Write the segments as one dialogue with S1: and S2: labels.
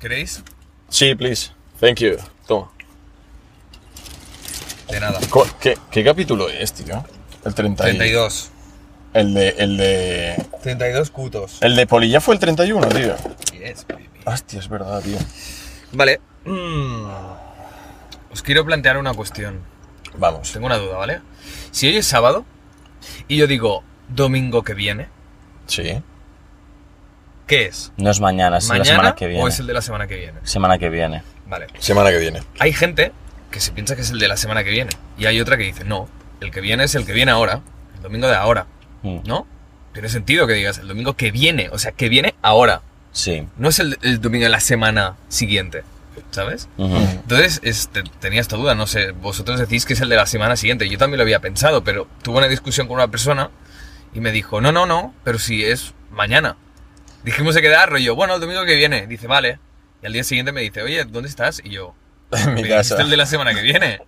S1: ¿Queréis?
S2: Sí, please. Thank you. Toma.
S1: De nada.
S2: Co- ¿Qué, qué capítulo es, tío? El 30 y-
S1: 32.
S2: El de, el de.
S1: 32 cutos.
S2: El de Polilla fue el 31, tío.
S1: Yes, baby.
S2: Hostia, es verdad, tío.
S1: Vale. Mm. Os quiero plantear una cuestión.
S2: Vamos.
S1: Tengo una duda, ¿vale? Si hoy es sábado y yo digo domingo que viene,
S2: Sí.
S1: ¿qué es?
S3: No es mañana, es
S1: ¿Mañana
S3: la semana que viene.
S1: o es el de la semana que viene?
S3: Semana que viene.
S1: Vale.
S2: Semana que viene.
S1: Hay gente que se piensa que es el de la semana que viene y hay otra que dice, no, el que viene es el que viene ahora, el domingo de ahora,
S3: Mm,
S1: ¿no? Tiene sentido que digas el domingo que viene, o sea, que viene ahora.
S3: Sí.
S1: No es el, el domingo de la semana siguiente, ¿sabes?
S3: Ujú.
S1: Entonces, este, tenía esta duda, no sé, vosotros decís que es el de la semana siguiente, yo también lo había pensado, pero tuve una discusión con una persona y me dijo, no, no, no, pero si es mañana. Dijimos de quedar, rollo, bueno, el domingo que viene, dice, vale. Y al día siguiente me dice, oye, ¿dónde estás? Y yo,
S2: En mi
S1: "Me dijiste
S2: casa.
S1: el de la semana que viene.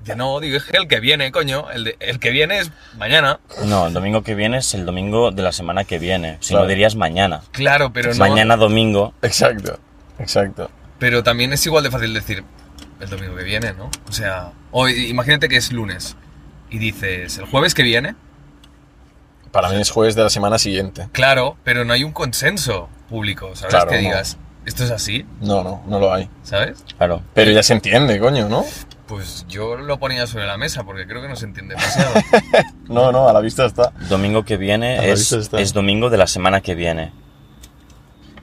S1: Dice, no, digo, es que el que viene, coño, el, de- el que viene es mañana.
S3: No, el domingo que viene es el domingo de la semana que viene. Si
S2: Claro.
S3: no dirías mañana.
S1: Claro, pero no.
S3: Mañana domingo.
S2: Exacto. Exacto.
S1: Pero también es igual de fácil decir el domingo que viene, ¿no? O sea, hoy, imagínate que es lunes y dices el jueves que viene,
S2: Para mí es jueves de la semana siguiente.
S1: claro, pero no hay un consenso público, ¿sabes?
S2: Claro,
S1: que
S2: no.
S1: digas, esto es así,
S2: No, no, no lo hay.
S1: ¿sabes?
S3: Claro.
S2: Pero ya se entiende, coño, ¿no?
S1: Pues yo lo ponía sobre la mesa porque creo que no se entiende demasiado.
S2: No, no, a la vista está.
S3: Domingo que
S2: Ah,
S3: viene es,
S2: eso está.
S3: es domingo de la semana que viene.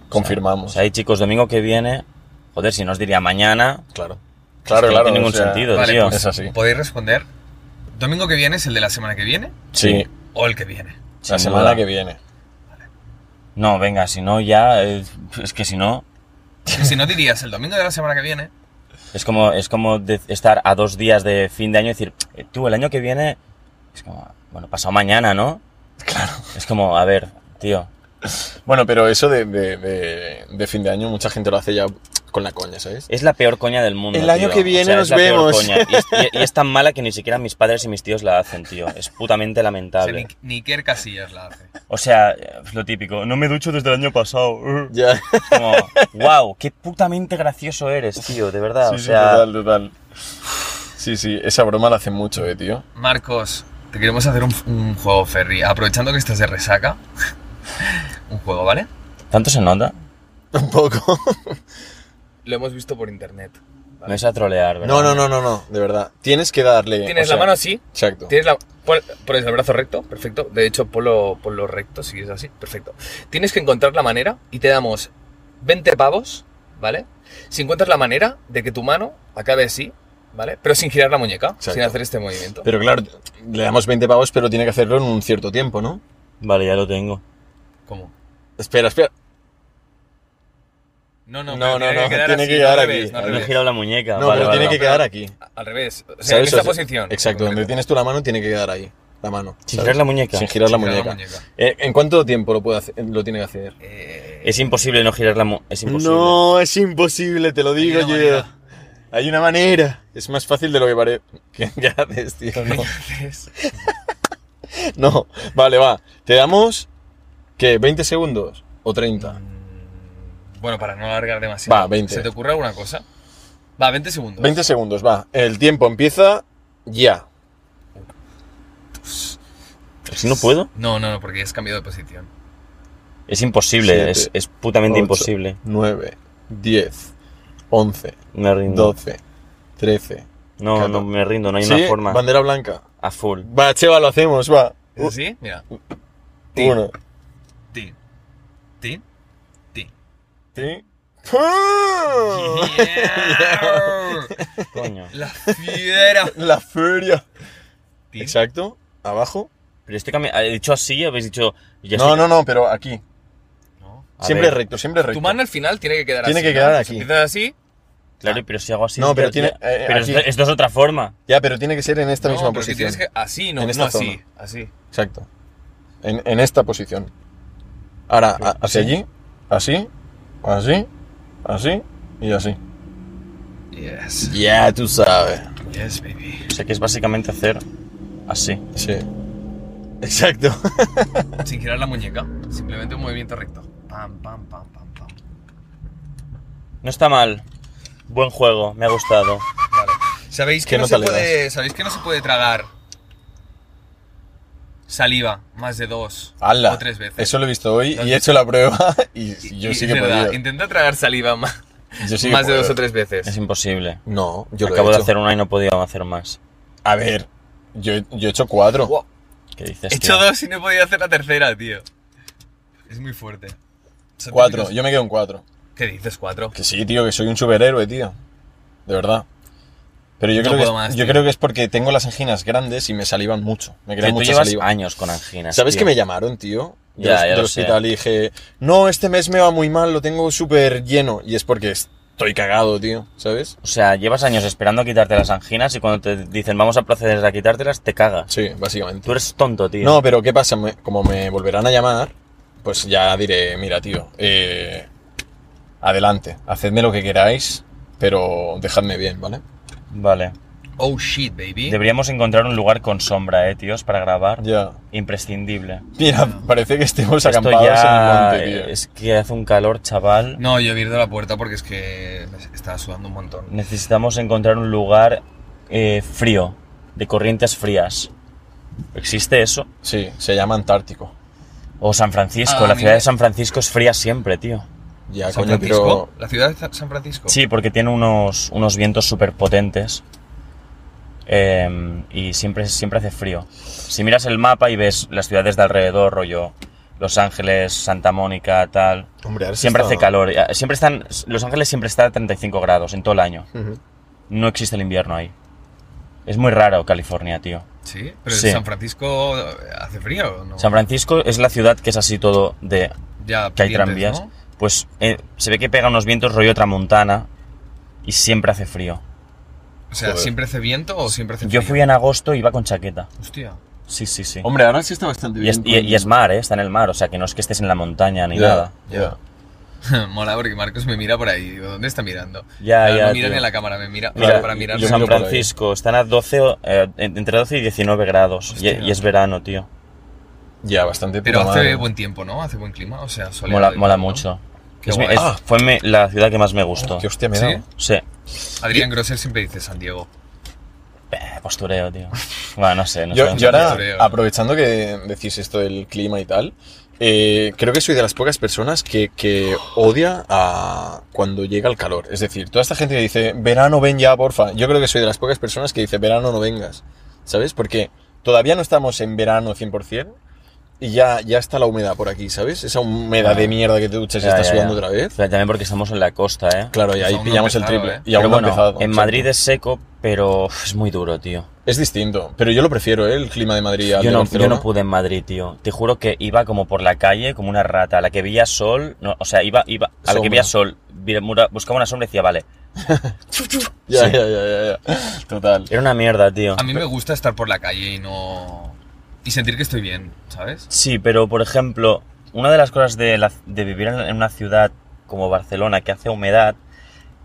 S3: O
S2: Confirmamos.
S3: sea, ahí chicos, domingo que viene. Joder, si no os diría mañana.
S2: Claro. Claro,
S3: que no
S2: claro.
S3: tiene
S2: o
S3: ningún
S2: sea,
S3: sentido.
S1: vale,
S3: tío.
S1: pues
S2: Es así.
S1: podéis responder, ¿domingo que viene es el de la semana que viene
S2: Sí,
S1: o el que viene?
S3: sin
S2: la semana
S3: duda.
S2: que viene.
S3: No, venga, si no ya. eh, es que si no.
S1: Y si no dirías el domingo de la semana que viene,
S3: Es como, es como de- estar a dos días de fin de año y decir, "Eh, tú, el año que viene. Es como, bueno, pasado mañana, ¿no? Claro. Es como, a ver, tío.
S2: Bueno, pero eso de, de- de- de fin de año, mucha gente lo hace ya con la coña, ¿sabes?
S3: Es la peor coña del mundo.
S2: El año
S3: tío.
S2: que viene
S3: O sea, es
S2: nos
S3: la peor
S2: vemos.
S3: coña. Y, es, y- y es tan mala que ni siquiera mis padres y mis tíos la hacen, tío. Es putamente
S1: o sea, ni,
S3: lamentable.
S1: ni Iker Casillas la hace.
S3: O sea, eh, lo típico. No me ducho desde el año pasado. eh".
S2: Ya.
S3: Como, wow, qué putamente gracioso eres, tío, de verdad.
S2: Sí,
S3: o
S2: sí,
S3: sea,
S2: total, total. Sí, sí, esa broma la hacen mucho, eh, tío.
S1: Marcos, te queremos hacer un, un juego, Ferry. Aprovechando que estás de resaca, un juego, ¿vale?
S3: ¿tanto se nota?
S2: Un poco.
S1: Lo hemos visto por internet.
S3: Me vas a trolear, ¿verdad?
S2: No, no, no, no, no, de verdad. Tienes que darle.
S1: Tienes
S2: o sea,
S1: la mano así,
S2: Exacto.
S1: tienes la. pon- Pones el brazo recto, perfecto. De hecho, ponlo, ponlo recto si es así, perfecto. Tienes que encontrar la manera y te damos 20 pavos, ¿vale? Si encuentras la manera de que tu mano acabe así, ¿vale? Pero sin girar la muñeca,
S2: Exacto.
S1: sin hacer este movimiento.
S2: Pero claro, le damos 20 pavos, pero tiene que hacerlo en un cierto tiempo, ¿no?
S3: Vale, ya lo tengo.
S1: ¿Cómo?
S2: Espera, espera.
S1: No, no,
S2: No,
S1: pero
S2: no,
S1: tiene
S2: no,
S1: que quedar,
S2: tiene
S1: así,
S2: que
S1: no
S2: quedar
S1: al
S2: aquí.
S1: revés, no al
S2: Ahí
S3: Me he
S1: revés.
S3: girado la muñeca.
S2: No,
S3: Ah, vale,
S2: pero
S3: vale,
S2: tiene
S3: vale.
S2: que quedar aquí.
S1: Al revés. O sea, en
S2: ¿Sabes?
S1: esta
S2: O sea,
S1: posición.
S2: Exacto,
S1: en
S2: donde
S1: concreto.
S2: tienes tú la mano tiene que quedar ahí. La mano.
S3: Sin
S2: ¿sabes?
S3: girar la muñeca.
S2: Sin girar la
S1: Girar
S2: muñeca. Eh, ¿En cuánto tiempo lo, puede hacer- lo tiene que hacer?
S1: Eh,
S3: Es imposible no girar la mu- Es imposible.
S2: No, es imposible, te lo digo
S1: una
S2: yo.
S1: manera.
S2: Hay una manera. Es más fácil de lo que parece. ¿Qué, qué haces, tío? No. No. vale, va. Te damos, ¿qué? ¿20 segundos o 30?
S1: Bueno, para no alargar demasiado.
S2: Va, 20.
S1: ¿Se te ocurre alguna cosa? Va, 20 segundos.
S2: 20 segundos, va. El tiempo empieza ya.
S3: Si no puedo,
S1: No, no, no, porque has cambiado de posición.
S3: es imposible.
S2: Siete,
S3: Es, es putamente
S2: 8,
S3: imposible.
S2: 9, 10, 11,
S3: Me rindo.
S2: 12, 13.
S3: no,
S2: catorce.
S3: no me rindo, no hay
S2: Sí,
S3: una forma.
S2: Bandera blanca.
S3: A full.
S2: Va, Cheva, lo hacemos, va.
S1: ¿Es así? Mira. Ti,
S2: Uh, Uno.
S1: Ti. Ti. Ti.
S2: ¿Sí?
S3: Coño.
S1: La fiera.
S2: La furia.
S1: Ti.
S2: Exacto. Abajo.
S3: este Pero estoy cambiando. He dicho así, habéis dicho. ya
S2: no,
S3: estoy-
S2: no, no, pero aquí.
S1: No.
S3: A
S2: Siempre
S3: ver.
S2: recto, siempre recto.
S1: Tu mano al final tiene que quedar
S2: Tiene
S1: así.
S2: que
S1: ¿no?
S2: quedar
S1: Si
S2: aquí.
S1: empiezas así,
S3: Claro, pero si hago así.
S2: No,
S3: ya-
S2: pero tiene-
S3: ya-
S2: eh,
S3: pero esto,
S2: aquí-
S3: esto es otra forma.
S2: Ya, pero tiene que ser en esta
S1: no,
S2: misma
S1: pero es que
S2: posición.
S1: tienes que así, no,
S2: En esta
S1: no así,
S2: zona.
S1: así.
S2: Exacto. En, en esta posición. Ahora, a- hacia allí, así, así, así y así.
S1: Yes,
S2: Ya, tú sabes.
S1: yes, baby.
S3: O sea que es básicamente hacer así.
S2: Sí. Exacto.
S1: Sin girar la muñeca, simplemente un movimiento recto. Pam, pam, pam, pam, pam.
S3: No está mal. Buen juego, me ha gustado.
S1: Vale. ¿Sabéis que,
S2: ¿Qué
S1: no
S2: nota
S1: se
S2: le
S1: puede, ¿Sabéis que no se puede tragar saliva más de dos
S2: ¡Hala!
S1: o tres veces?
S2: Eso lo he visto hoy y he hecho la prueba y,
S1: Y-
S2: yo
S1: y
S2: sí
S1: es
S2: que
S1: verdad,
S2: podía.
S1: Intenta tragar saliva más,
S2: Yo sí que
S1: más de
S2: podía.
S1: dos o tres
S3: Es
S1: veces.
S3: imposible.
S2: No, yo lo
S3: Acabo
S2: he
S3: de
S2: hecho.
S3: hacer una y no podía hacer más.
S2: A ver, yo, he- yo he hecho cuatro.
S1: Wow.
S3: ¿Qué dices?
S1: He hecho
S3: tío?
S1: dos y no he podido hacer la tercera, tío. Es muy fuerte. Son
S2: Cuatro,
S1: típicos-
S2: yo me quedo en cuatro.
S1: ¿Qué dices, cuatro?
S2: Que sí, tío, que soy un superhéroe, tío. De verdad. Pero yo,
S1: No
S2: creo, que,
S1: puedo
S2: es-
S1: más,
S2: yo
S1: tío.
S2: creo que es porque tengo las anginas grandes y me salivan mucho. Me
S3: Que
S2: crean
S3: tú
S2: mucha
S3: llevas
S2: saliva.
S3: años con anginas.
S2: ¿Sabes
S3: tío.
S2: que me llamaron, tío? Del
S3: Ya,
S2: hos-
S3: ya
S2: del
S3: lo sé.
S2: hospital y dije, no, este mes me va muy mal, lo tengo súper lleno. Y es porque estoy cagado, tío, ¿sabes?
S3: O sea, llevas años esperando quitarte las anginas y cuando te dicen vamos a proceder a quitártelas, te cagas.
S2: Sí, básicamente.
S3: Tú eres tonto, tío.
S2: No, pero ¿qué pasa? Me- como me volverán a llamar, pues ya diré, mira, tío, eh, adelante, hacedme lo que queráis, pero dejadme bien, ¿vale?
S3: Vale.
S1: Oh shit, baby.
S3: Deberíamos encontrar un lugar con sombra, eh, tíos, para grabar.
S2: Ya.
S3: Imprescindible.
S2: Mira, parece que estemos
S3: Esto
S2: acampados
S3: ya
S2: en el monte, tío.
S3: es que hace un calor, chaval.
S1: No, yo he abierto la puerta porque es que me estaba sudando un montón.
S3: Necesitamos encontrar un lugar eh, frío, de corrientes frías. ¿Existe eso?
S2: Sí, se llama Antártico.
S3: O San Francisco,
S1: Ah,
S3: la
S1: mira.
S3: ciudad de San Francisco es fría siempre, tío.
S2: Ya,
S1: ¿San
S2: Ah, coño,
S1: Francisco?
S2: pero...
S1: ¿La ciudad de Sa- San Francisco?
S3: Sí, porque tiene unos, unos vientos súper potentes. y siempre, siempre hace frío. Si miras el mapa y ves las ciudades de alrededor, rollo Los Ángeles, Santa Mónica, tal,
S2: Hombre, ahora sí
S3: siempre
S2: está-
S3: hace calor. Eh, Siempre están, Los Ángeles siempre está a 35 grados en todo el año.
S2: Ujú.
S3: No existe el invierno ahí. Es muy raro California, tío.
S1: ¿Sí? ¿Pero
S3: Sí.
S1: San Francisco eh, hace frío o no?
S3: San Francisco es la ciudad que es así todo de
S1: ya,
S3: que hay
S1: pendientes,
S3: tranvías.
S1: ¿no?
S3: Pues eh, se ve que pega unos vientos rollo tramontana y siempre hace frío.
S1: O sea,
S2: Joder.
S1: ¿siempre hace viento o siempre hace frío?
S3: Yo fui en agosto y iba con chaqueta.
S1: Hostia.
S3: Sí, sí, sí.
S2: Hombre, ahora sí está bastante
S3: Y es,
S2: bien.
S3: y- y es mar, ¿eh? Está en el mar, o sea que no es que estés en la montaña ni
S2: Ya,
S3: nada.
S2: ya.
S1: Mola porque Marcos me mira por ahí. Digo, ¿dónde está mirando?
S3: Ya,
S1: Ah,
S3: ya,
S1: No mira
S3: tío.
S1: ni a la cámara, me mira
S3: Mira,
S1: para mirar.
S2: yo
S3: San
S2: miro por ahí.
S3: Francisco, están a 12, o- eh, en- entre 12 y 19 grados. Y,
S1: Hostia.
S3: y es verano, tío.
S2: Ya, bastante
S1: Pero
S2: puta
S1: hace
S2: madre.
S1: buen tiempo, ¿no? Hace buen clima, o sea, soleado.
S3: Mola,
S1: y
S3: mola
S1: todo, ¿no?
S3: mucho.
S1: Qué
S3: Es mi-
S1: guay.
S3: es-
S2: Ah.
S3: fue mi- la ciudad que más me gustó.
S2: Qué hostia me he
S1: ¿Sí?
S2: dado.
S3: Sí.
S1: Adrián Grosser siempre dice San Diego.
S3: Eh, postureo, tío. Bueno, no sé. No sé,
S2: Yo,
S3: no
S2: yo
S3: sé.
S2: ahora,
S1: Creo.
S2: aprovechando que decís esto del clima y tal, eh, creo que soy de las pocas personas que, que odia a cuando llega el calor. Es decir, toda esta gente que dice, verano ven ya, porfa. Yo creo que soy de las pocas personas que dice, verano no vengas. ¿Sabes? Porque todavía no estamos en verano 100% y ya, ya está la humedad por aquí, ¿sabes? Esa humedad de mierda que te duchas y
S3: Ya,
S2: estás
S3: ya,
S2: Pues sudando
S3: ya.
S2: otra vez.
S3: Pero también porque estamos en la costa, ¿eh?
S2: Claro, y
S1: Pues
S2: ahí
S1: aún no ha
S2: pillamos el
S1: empezado,
S2: triple.
S1: ¿eh?
S2: Y aún
S3: Pero
S2: no ha
S3: bueno,
S2: empezado.
S3: en
S2: exacto.
S3: Madrid es seco, pero uf, es muy duro, tío.
S2: Es distinto, pero yo lo prefiero, ¿eh? El clima de Madrid al
S3: Yo
S2: de
S3: no, yo
S2: Barcelona.
S3: no pude en Madrid, tío. Te juro que iba como por la calle, como una rata. A la que veía sol, no, o sea, iba, iba a la que
S2: Sombra.
S3: veía sol, vi- mura- buscaba una sombra y decía, vale.
S2: Ya,
S3: Sí.
S2: ya, ya, ya, ya. Total.
S3: Era una mierda, tío.
S1: A mí me gusta estar por la calle y no... Y sentir que estoy bien, ¿sabes?
S3: Sí, pero por ejemplo, una de las cosas de, la- de vivir en en una ciudad como Barcelona que hace humedad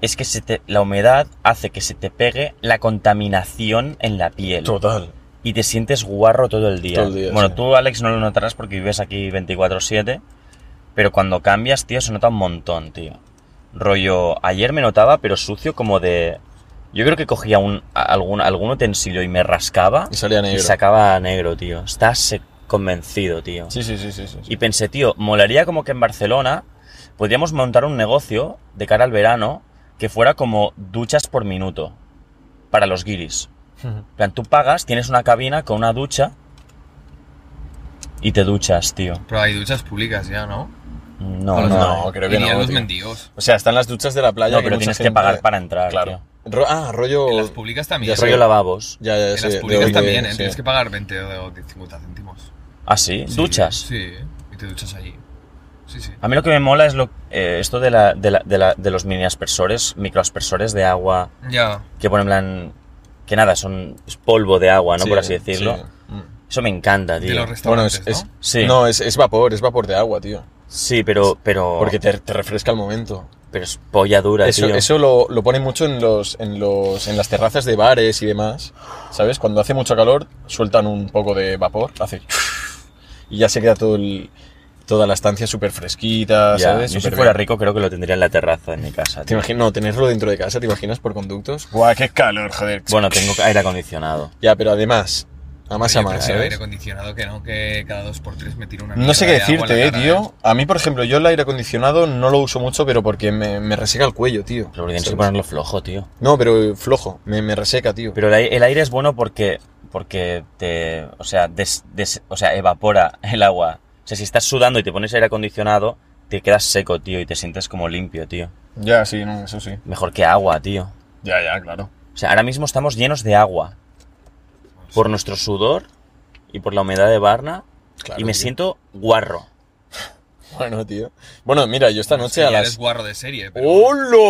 S3: es que se te- la humedad hace que se te pegue la contaminación en la piel.
S2: Total.
S3: y te sientes guarro todo el día.
S2: Todo el día,
S3: bueno,
S2: sí.
S3: tú, Alex, no lo notarás porque vives aquí 24-7, pero cuando cambias, tío, se nota un montón, tío. Rollo, ayer me notaba, pero sucio como de... Yo creo que cogía un, a- algún, algún utensilio y me rascaba
S2: Y salía negro.
S3: y sacaba negro, tío. Estás eh, convencido, tío.
S2: Sí, sí, sí, sí. sí, sí.
S3: Y pensé, tío, molaría como que en Barcelona podríamos montar un negocio de cara al verano que fuera como duchas por minuto para los guiris. En plan, tú pagas, tienes una cabina con una ducha y te duchas, tío.
S1: Pero hay duchas públicas ya, ¿no?
S3: No, no,
S2: no,
S3: no.
S2: creo que
S1: Irían
S2: no.
S1: los
S2: tío.
S1: mendigos.
S2: O sea, están las duchas de la playa. que
S3: pero
S2: mucha
S3: tienes que
S2: gente-
S3: pagar para entrar,
S2: Claro. Ro- ah, rollo.
S1: En las públicas también.
S2: Ya
S3: tío.
S2: sé.
S3: Rollo lavabos.
S2: Ya, ya, ya.
S1: en
S2: sé,
S1: las
S2: de
S1: públicas
S2: dónde-
S1: también, ¿eh?
S2: sí.
S1: Tienes que pagar 20 o 50 céntimos.
S3: ¿Ah, sí?
S1: Sí,
S3: ¿Duchas?
S1: Sí, y te duchas allí. Sí, sí.
S3: A mí lo que me mola es lo, eh, esto de, la- de la- de la- de los mini aspersores, microaspersores de agua,
S1: Ya.
S3: que ponen en plan. que nada, son es polvo de agua, ¿no?
S2: Sí,
S3: Por así decirlo.
S2: sí. Mm.
S3: Eso me
S1: De
S3: encanta, tío.
S1: los
S2: Bueno,
S1: restaurantes,
S2: es, es-
S1: ¿no?
S3: Sí.
S2: no, es, es vapor, es vapor de agua, tío.
S3: Sí, pero. pero
S2: Porque te, te refresca el momento.
S3: Pero es polla dura,
S2: Eso,
S3: tío.
S2: eso lo, lo ponen mucho en, los, en, los, en las terrazas de bares y demás. ¿Sabes? Cuando hace mucho calor, sueltan un poco de vapor, hace. Y ya se queda todo el- toda la estancia súper fresquita,
S3: Ya,
S2: ¿sabes?
S3: yo si
S2: Súper
S3: fuera
S2: bien.
S3: rico creo que lo tendría en la terraza en mi casa.
S2: ¿Te
S3: tío.
S2: imaginas? No, tenerlo dentro de casa, ¿te imaginas por conductos? ¡Guau, qué calor, joder!
S3: Bueno, tengo aire acondicionado.
S2: Ya, pero además, a más a
S1: Yo
S2: más,
S1: prefiero aire
S2: ¿sabes?
S1: acondicionado que no, que cada dos por tres me tiro una
S2: No sé qué
S1: mierda de agua en
S2: decirte, eh,
S1: la cara,
S2: tío. A mí, por ejemplo, yo el aire acondicionado no lo uso mucho, pero porque me, me reseca el cuello, tío.
S3: Pero porque tienes que
S2: ¿Sabes?
S3: ponerlo flojo, tío.
S2: No, pero eh, flojo, me, me reseca, tío.
S3: Pero el ai- el aire, es bueno porque, porque te, o sea, des- des- o sea, evapora el agua. O sea, si estás sudando y te pones aire acondicionado, te quedas seco, tío, y te sientes como limpio, tío.
S2: Ya, sí, no, eso sí.
S3: Mejor que agua, tío.
S2: Ya, ya, claro.
S3: O sea, ahora mismo estamos llenos de agua. Por nuestro sudor y por la humedad de Varna.
S2: Claro,
S3: y me
S2: tío.
S3: siento guarro.
S2: Bueno, tío. Bueno, mira, yo esta
S1: Es
S2: noche
S1: que
S2: a
S1: ya eres
S2: las...
S1: guarro de serie, pero...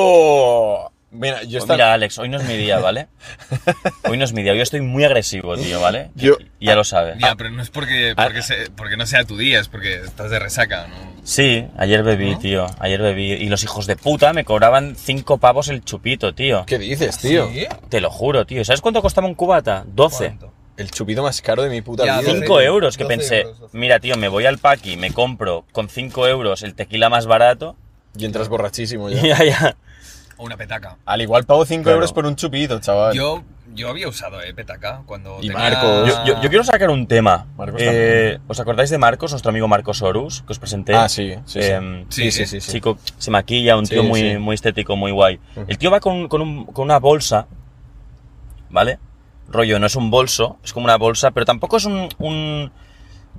S2: ¡Hola! Mira, yo
S3: Pues
S2: esta...
S3: mira, Alex, hoy no es mi día, ¿vale? Hoy no es mi día. Yo estoy muy agresivo, tío, ¿vale?
S2: Yo-
S3: Y ya lo sabes.
S1: Ya, pero no es porque,
S3: Ah.
S1: porque, se- porque no sea tu día, es porque estás de resaca, ¿no?
S3: Sí, ayer bebí, tío. Ayer bebí. Y los hijos de puta me cobraban cinco pavos el chupito, tío.
S2: ¿Qué dices, tío?
S1: ¿Sí?
S3: Te lo juro, tío. ¿Sabes cuánto costaba un cubata? 12.
S1: ¿Cuánto?
S2: El chupito más caro de mi puta
S1: Ya, eh.
S2: vida.
S1: doce.
S3: 5 euros que
S1: 12
S3: pensé,
S1: euros, 12.
S3: mira, tío, me voy al paqui, me compro con 5 euros el tequila más barato.
S2: Y entras borrachísimo
S3: Y
S2: ya.
S3: ya, ya.
S1: O una petaca.
S2: Al igual pago 5
S3: Claro.
S2: euros por un chupito, chaval.
S1: Yo, yo había usado eh, petaca cuando
S2: Y
S1: tenía-
S2: Marcos.
S3: Yo, yo- yo quiero sacar un tema.
S2: Marcos
S3: Eh, ¿Os acordáis de Marcos, nuestro amigo Marcos Horus, que os presenté?
S2: Ah, sí, sí, sí.
S3: Em,
S2: Sí,
S1: sí,
S2: sí, sí, sí.
S3: chico se maquilla, un
S2: Sí,
S3: tío muy,
S2: sí.
S3: muy estético, muy guay.
S2: Ujú.
S3: El tío va con, con un- con una bolsa, ¿vale? Rollo, no es un bolso, es como una bolsa, pero tampoco es un... un,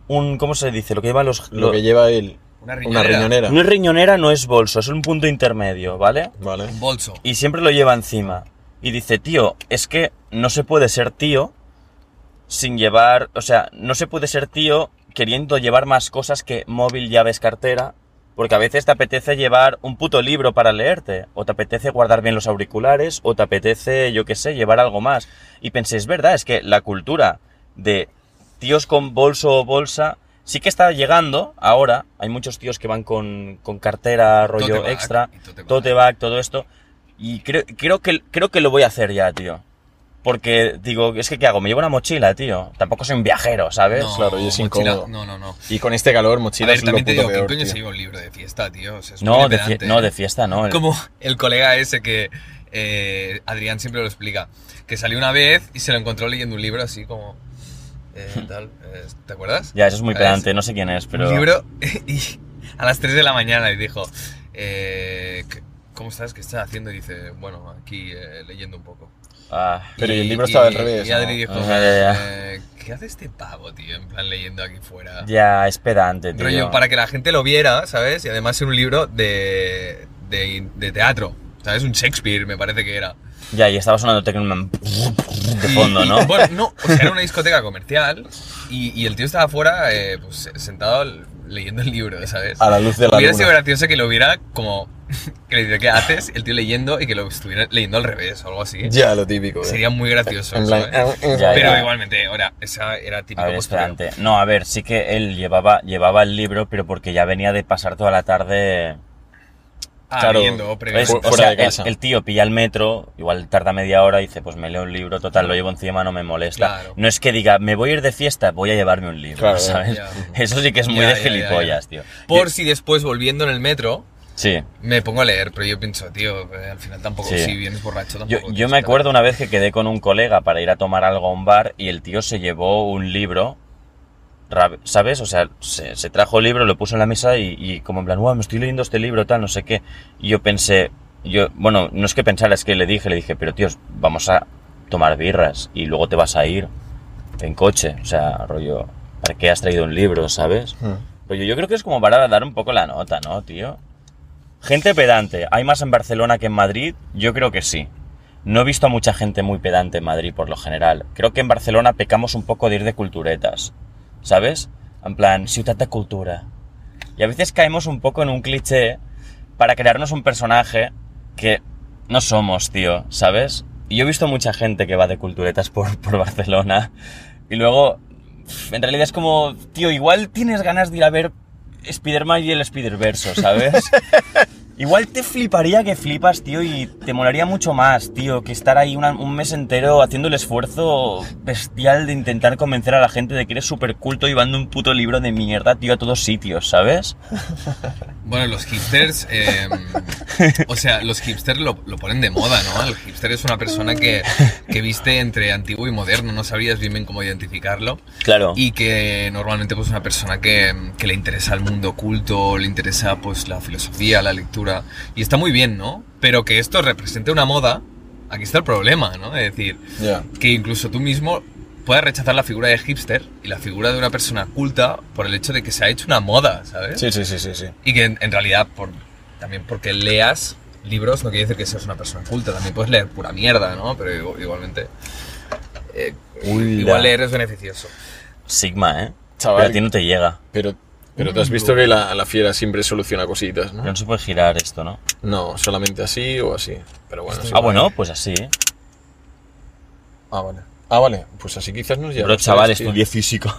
S3: un- ¿Cómo se dice? Lo que lleva los...
S2: Lo
S3: lo-
S2: que lleva él.
S1: Una
S2: Una
S1: riñonera.
S2: riñonera.
S3: no es riñonera, no es bolso, es un punto intermedio, ¿vale?
S2: Vale.
S1: Un bolso.
S3: Y siempre lo lleva encima. Y dice, tío, es que no se puede ser tío sin llevar... O sea, no se puede ser tío queriendo llevar más cosas que móvil, llaves, cartera. Porque a veces te apetece llevar un puto libro para leerte. O te apetece guardar bien los auriculares. O te apetece, yo qué sé, llevar algo más. Y pensé, es verdad, es que la cultura de tíos con bolso o bolsa... Sí que está llegando ahora. Hay muchos tíos que van con, con cartera, rollo
S1: bag,
S3: extra.
S1: y tote bag.
S3: Tote bag, todo esto. Y creo, creo, que, creo que lo voy a hacer ya, tío. Porque digo, es que ¿qué hago? Me llevo una mochila, tío. Tampoco soy un viajero, ¿sabes?
S1: No,
S2: ¿eh? claro, y es
S1: mochila-
S2: incómodo.
S1: No, no, no.
S2: Y con este calor,
S1: A
S2: mochilas
S1: ver,
S2: es lo
S1: también
S2: puto
S1: te digo, ¿quién
S2: peor,
S1: coño se
S2: tío.
S1: lleva un libro de fiesta, tío? O sea, es muy
S3: No, de, fie-
S1: pedante,
S3: no,
S1: ¿eh?
S3: de fiesta, no. El-
S1: Como el colega ese que eh, Adrián siempre lo explica, que salió una vez y se lo encontró leyendo un libro así como...
S2: Hmm.
S1: eh, tal, eh, ¿Te acuerdas?
S3: Ya, eso es muy
S1: Eh,
S3: pedante, no sé quién es, pero.
S1: Un libro y a las 3 de la mañana y dijo, eh, ¿qué- ¿cómo estás? ¿Qué estás haciendo? Y dice, bueno, aquí eh, leyendo un poco.
S3: Ah,
S2: Pero y el libro estaba al revés,
S1: Y Adri
S2: ¿no?
S1: dijo,
S3: Ah, ya, ya.
S1: eh, ¿qué hace este pavo, tío? En plan, leyendo aquí fuera.
S3: ya, es pedante, tío.
S1: Rollo, para que la gente lo viera, ¿sabes? Y además era un libro de, de, de teatro, ¿sabes? Un Shakespeare, me parece que era.
S3: Ya, y estaba sonando Tecnoman de
S1: Y-
S3: fondo,
S1: y-
S3: ¿no?
S1: bueno, no, o sea, era una discoteca comercial y, y el tío estaba afuera, eh, pues, sentado l- leyendo el libro, ¿sabes?
S2: A la luz de Ah, la
S1: hubiera
S2: luna.
S1: sido gracioso que lo hubiera como... que le diría, ¿qué haces? El tío leyendo y que lo estuviera leyendo al revés o algo así.
S2: Ya, lo típico. eh.
S1: Sería muy gracioso,
S2: En plan, eh,
S1: ¿sabes?
S3: Ya,
S1: Pero
S3: ya.
S1: igualmente, ahora, esa era típica
S3: A ver, es pedante. No, a ver, sí que él llevaba, llevaba el libro, pero porque ya venía de pasar toda la tarde.
S1: Ah,
S2: Claro. pues,
S1: leyendo,
S3: Es-
S1: previendo.
S2: Fu-
S3: o
S2: fuera
S3: sea,
S2: de casa.
S3: El, el tío pilla el metro, igual tarda media hora y dice, pues me leo un libro, total, lo llevo encima, no me molesta.
S1: Claro.
S3: No es que diga, me voy a ir de fiesta, voy a llevarme un libro,
S2: Claro,
S3: ¿sabes?
S1: ya.
S3: Eso sí que es muy
S1: Ya,
S3: de
S1: ya, ya,
S3: gilipollas,
S1: ya.
S3: tío.
S1: Por
S3: Yo-
S1: si después, volviendo en el metro,
S3: Sí.
S1: me pongo a leer, pero yo pienso, tío, eh, al final tampoco,
S3: Sí.
S1: si vienes borracho
S3: Yo,
S1: tampoco...
S3: yo
S1: tienes
S3: me
S1: que
S3: acuerdo una vez que quedé con un colega para ir a tomar algo a un bar y el tío se llevó un libro, ra- ¿sabes? O sea, se, se trajo el libro, lo puso en la mesa y, y como en plan, "Buah, me estoy leyendo este libro, tal, no sé qué. Y yo pensé, yo, bueno, no es que pensara, es que le dije, le dije, pero tíos, vamos a tomar birras y luego te vas a ir en coche. O sea, rollo, ¿para qué has traído un libro, sabes?
S2: Hmm.
S3: Rollo, Pues yo creo que es como para dar un poco la nota, ¿no, tío? Gente pedante. ¿Hay más en Barcelona que en Madrid? Yo creo que sí. No he visto a mucha gente muy pedante en Madrid por lo general. Creo que en Barcelona pecamos un poco de ir de culturetas. ¿Sabes? En plan, ciudad de cultura. Y a veces caemos un poco en un cliché para crearnos un personaje que no somos, tío, ¿sabes? Y yo he visto mucha gente que va de culturetas por, por Barcelona y luego pf, en realidad es como, tío, igual tienes ganas de ir a ver Spider-Man y el Spider-Verso, ¿sabes? Igual te fliparía que flipas, tío, y te molaría mucho más, tío, que estar ahí una- un mes entero haciendo el esfuerzo bestial de intentar convencer a la gente de que eres súper culto llevando un puto libro de mierda, tío, a todos sitios, ¿sabes?
S1: Bueno, los hipsters, eh, o sea, los hipsters lo, lo ponen de moda, ¿no? El hipster es una persona que, que viste entre antiguo y moderno, no sabrías bien bien cómo identificarlo.
S3: Claro.
S1: Y que normalmente pues una persona que, que le interesa el mundo culto, le interesa pues la filosofía, la lectura, y está muy bien, ¿no? Pero que esto represente una moda, aquí está el problema, ¿no? Es decir,
S2: Ya.
S1: que incluso tú mismo puedas rechazar la figura de hipster y la figura de una persona culta por el hecho de que se ha hecho una moda, ¿sabes?
S2: Sí, sí, sí, sí, sí.
S1: Y que en, en realidad, por, también porque leas libros, no quiere decir que seas una persona culta. También puedes leer pura mierda, ¿no? Pero igu- igualmente. eh, igual leer es beneficioso.
S3: Sigma, ¿eh?
S2: Chaval.
S3: Pero a ti no te llega.
S2: Pero, pero tú has visto que la, la fiera siempre soluciona cositas,
S3: Pero
S2: ¿no?
S3: no se puede girar esto, ¿no?
S2: No, solamente así o así. Pero bueno, sí.
S3: Ah, bueno, pues así. ¿eh?
S2: Ah, vale. Ah, vale. Pues así quizás nos llevamos.
S3: Pero chaval,
S2: tío.
S3: estudié física.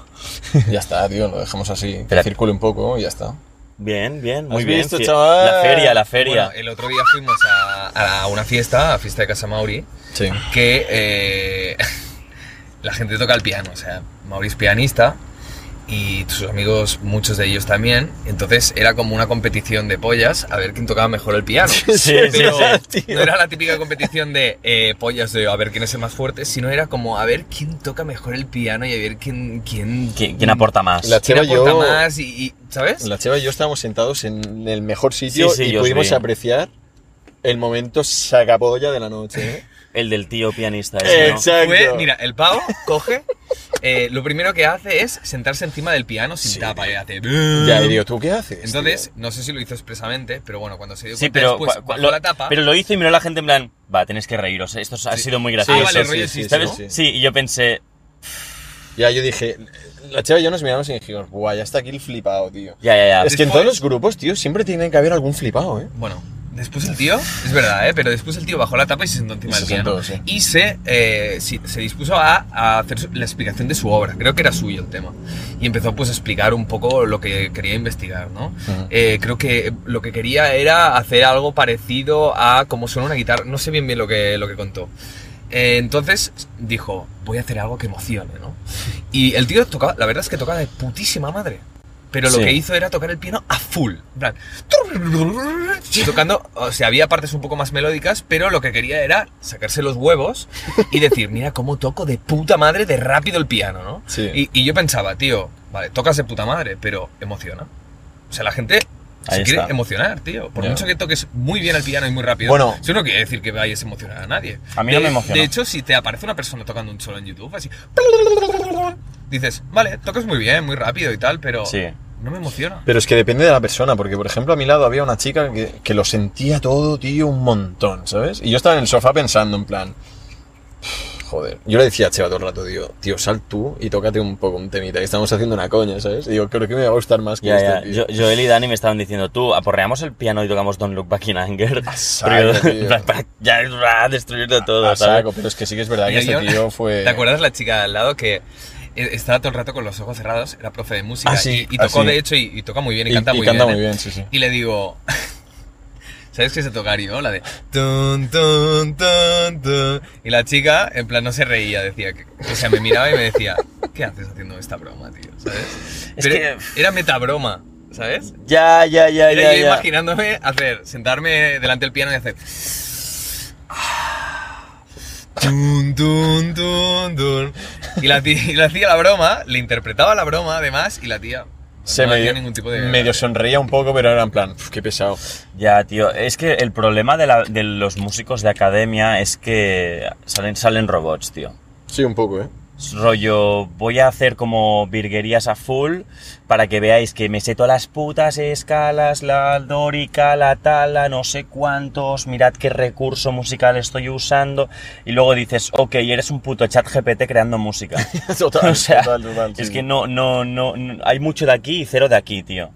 S2: Ya está, tío, lo dejamos así. Que
S3: Espera.
S2: circule un poco y ya está.
S3: Bien, bien, muy
S2: ¿Has
S3: bien.
S2: visto,
S3: fie-
S2: chaval?
S3: La feria, la feria.
S1: Bueno, el otro día fuimos a, a una fiesta, a fiesta de Casa Mauri,
S2: Sí.
S1: que eh, la gente toca el piano. O sea, Mauri es pianista y sus amigos, muchos de ellos también. Entonces era como una competición de pollas a ver quién tocaba mejor el piano.
S3: Sí, sí,
S1: Pero
S3: sí.
S1: no era la típica competición de eh, pollas de a ver quién es el más fuerte, sino era como a ver quién toca mejor el piano y a ver quién, quién,
S3: ¿Qui- ¿Quién aporta más?
S2: Mm. La-
S1: quién
S2: Chema, yo-
S1: aporta más y, y- ¿sabes?
S2: La Cheva y yo estábamos sentados en el mejor sitio
S3: Sí, sí,
S2: y
S3: yo os
S2: pudimos
S3: vi.
S2: apreciar el momento sacapolla de la noche. ¿eh?
S3: El del tío pianista. ese, ¿no?
S1: Fue- mira, el pavo coge, eh, lo primero que hace es sentarse encima del piano sin
S2: Sí.
S1: tapa y hace...
S2: Ya, y digo, ¿tú qué haces? tío?
S1: Entonces, no sé si lo hizo expresamente, pero bueno, cuando se dio
S3: Este, Sí,
S1: cuenta
S3: pero,
S1: después,
S3: cua- cua-
S1: bajó
S3: lo,
S1: la tapa...
S3: pero lo hizo y miró a la gente en plan, va, tenéis que reíros, esto ha sido muy
S2: Sí,
S3: gracioso.
S1: Ah, vale,
S2: sí,
S1: rollo
S2: sí, sí,
S1: chiste,
S3: ¿Sabes?
S1: ¿no?
S2: sí.
S3: Sí, y yo pensé,
S2: Ya, yo dije, la Cheva y yo nos miramos y dijimos, guay, ya está aquí el flipado, tío.
S3: ya, ya, ya.
S2: Es que en
S1: Después-
S2: todos los grupos, tío, siempre tiene que haber algún flipado, ¿eh?
S1: Bueno, después el tío, es verdad, ¿eh? pero después el tío bajó la tapa y se sentó encima
S2: Y
S1: del
S2: se
S1: piano.
S2: sentó, sí.
S1: Y se, eh, si- se dispuso a, a hacer su- la explicación de su obra, creo que era suyo el tema. Y empezó pues a explicar un poco lo que quería investigar, ¿no? Eh, creo que lo que quería era hacer algo parecido a cómo suena una guitarra, no sé bien bien lo que, lo que contó. Eh, entonces dijo, voy a hacer algo que emocione, ¿no? Y el tío tocaba, la verdad es que tocaba de putísima madre. Pero lo
S3: Sí.
S1: que hizo era tocar el piano a full. En plan, tocando, o sea, había partes un poco más melódicas, pero lo que quería era sacarse los huevos y decir, mira cómo toco de puta madre de rápido el piano, ¿no?
S2: Sí.
S1: Y, y yo pensaba, tío, vale, tocas de puta madre, pero emociona. O sea, la gente se
S3: Ahí
S1: quiere
S3: está.
S1: emocionar, tío. Por
S2: Ya.
S1: mucho que toques muy bien el piano y muy rápido,
S2: Bueno.
S1: eso no quiere decir que vayas a emocionar a nadie.
S3: A mí no
S1: De-
S3: me emocionó.
S1: De hecho, si te aparece una persona tocando un solo en YouTube, así... Dices, vale, tocas muy bien, muy rápido y tal, pero
S3: Sí.
S1: no me emociona.
S2: Pero es que depende de la persona, porque por ejemplo a mi lado había una chica que, que lo sentía todo, tío, un montón, ¿sabes? Y yo estaba en el sofá pensando en plan, joder, yo le decía a Cheva todo el rato, tío, tío, sal tú y tócate un poco un temita, y estamos haciendo una coña, ¿sabes? Y digo, creo que me va a gustar más que
S3: Ya,
S2: este
S3: ya.
S2: tío.
S3: Yo, Joel y Dani me estaban diciendo, tú, aporreamos el piano y tocamos Don't Look Back in Anger.
S2: Ah, saco,
S3: Porque-
S2: tío.
S3: para, para ya ra, destruirlo todo,
S2: A
S3: ¿sabes?
S2: saco, pero es que sí que es verdad que
S1: Y había
S2: este
S1: una-
S2: tío fue...
S1: ¿Te acuerdas la chica de al lado que eh, estaba todo el rato con los ojos cerrados? Era profe de música
S2: Ah, sí,
S1: y, y tocó,
S2: ah, sí.
S1: de hecho, y, y toca muy bien y,
S2: Y-
S1: canta
S2: y
S1: muy
S2: canta
S1: bien.
S2: muy
S1: ¿eh?
S2: bien, sí, sí.
S1: Y le digo... ¿Sabes qué se tocar yo? La de... tun, tun, tun, tun. Y la chica, en plan, no se reía, decía que... O sea, me miraba y me decía, ¿qué haces haciendo esta broma, tío? ¿Sabes?
S3: Es
S1: Pero
S3: que-
S1: era metabroma, ¿sabes?
S3: Ya, ya, ya,
S1: Era
S3: ya,
S1: yo
S3: ya.
S1: imaginándome hacer, sentarme delante del piano y hacer. Tun, tun, tun, tun. Y la tía, y la tía la broma, le interpretaba la broma además, y la tía
S2: Se
S1: no
S2: medio,
S1: hacía ningún tipo de.
S2: medio sonreía un poco, pero era en plan, "Uf, qué pesado.
S3: Ya, tío. Es que el problema de, la- de los músicos de academia es que salen, salen robots, tío.
S2: Sí, un poco, ¿eh?
S3: Es rollo, voy a hacer como virguerías a full para que veáis que me sé todas las putas escalas, la dórica, la tala, no sé cuántos, mirad qué recurso musical estoy usando. Y luego dices, ok, eres un puto chat GPT creando música.
S2: Total,
S3: o sea,
S2: total, total,
S3: es
S2: sí.
S3: que no, no, no, no- hay mucho de aquí y cero de aquí, tío.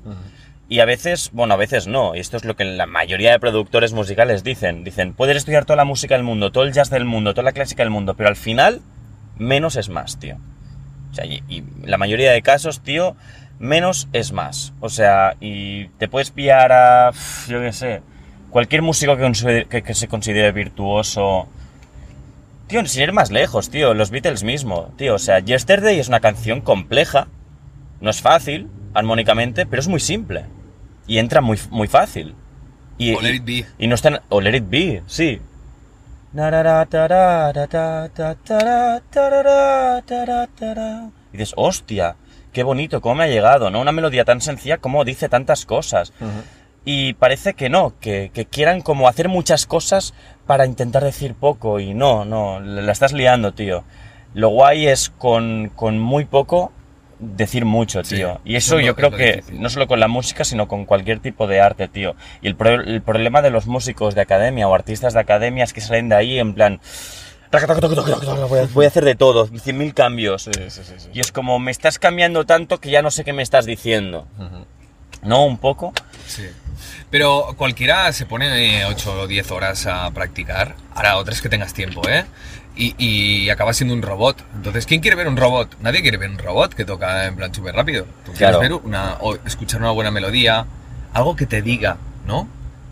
S3: Y a veces, bueno, a veces no, y esto es lo que la mayoría de productores musicales dicen. Dicen, puedes estudiar toda la música del mundo, todo el jazz del mundo, toda la clásica del mundo, pero al final, menos es más, tío. O sea, y, y la mayoría de casos, tío, menos es más. O sea, y te puedes pillar a, uf, yo qué sé, cualquier músico que, consider- que- que se considere virtuoso. Tío, sin ir más lejos, tío, los Beatles mismo, tío. O sea, Yesterday es una canción compleja, no es fácil, armónicamente, pero es muy simple. Y entra muy, muy fácil. Y,
S1: O Let It
S3: y-
S1: Be.
S3: y no están. O Let It Be, sí. Narara, tarara, ta, ta, tara, tarara, tara, tara. Y dices, hostia, qué bonito, cómo me ha llegado, ¿no? Una melodía tan sencilla, cómo dice tantas cosas. Y parece que no, que, que quieran como hacer muchas cosas para intentar decir poco. Y no, no, la la estás liando, tío. Lo guay es con, con muy poco decir mucho,
S1: Sí,
S3: tío. y
S1: eso
S3: eso
S1: es lo-
S3: yo creo
S1: es lo
S3: que
S1: difícil.
S3: no solo con la música, sino con cualquier tipo de arte, tío. Y el, pro- el problema de los músicos de academia o artistas de academia es que salen de ahí en plan... "Taca, taca, taca, taca, taca, taca, Voy a- voy a hacer de todo, 100.000 cambios.
S2: sí, sí, sí.
S3: Y es como, me estás cambiando tanto que ya no sé qué me estás diciendo. ¿No? Un poco.
S1: Sí. Pero cualquiera se pone 8 o 10 horas a practicar. Ahora otras que tengas tiempo, ¿eh? Y, y acaba siendo un robot. Entonces, ¿quién quiere ver un robot? Nadie quiere ver un robot que toca en plan súper rápido. Tú quieres
S3: Claro.
S1: ver una, o escuchar una buena melodía, algo que te diga, ¿no?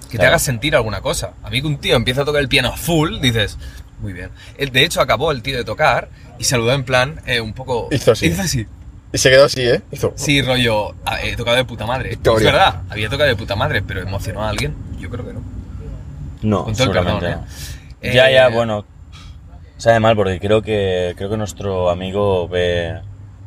S1: Que te
S3: Claro.
S1: haga sentir alguna cosa. A mí que un tío empieza a tocar el piano full, dices, muy bien. El- De hecho, acabó el tío de tocar y saludó en plan eh, un poco...
S2: Hizo así.
S1: Hizo así.
S2: Y se quedó así, ¿eh? Hizo-
S1: Sí, rollo, ah, he tocado de puta madre.
S2: Victoria.
S1: Es verdad, había tocado de puta madre, pero emocionó a alguien. Yo creo que no.
S3: No,
S1: Con todo el perdón,
S3: seguramente no.
S1: ¿eh?
S3: Ya,
S1: Eh,
S3: ya, bueno. Sabe mal porque creo que creo que nuestro amigo ve,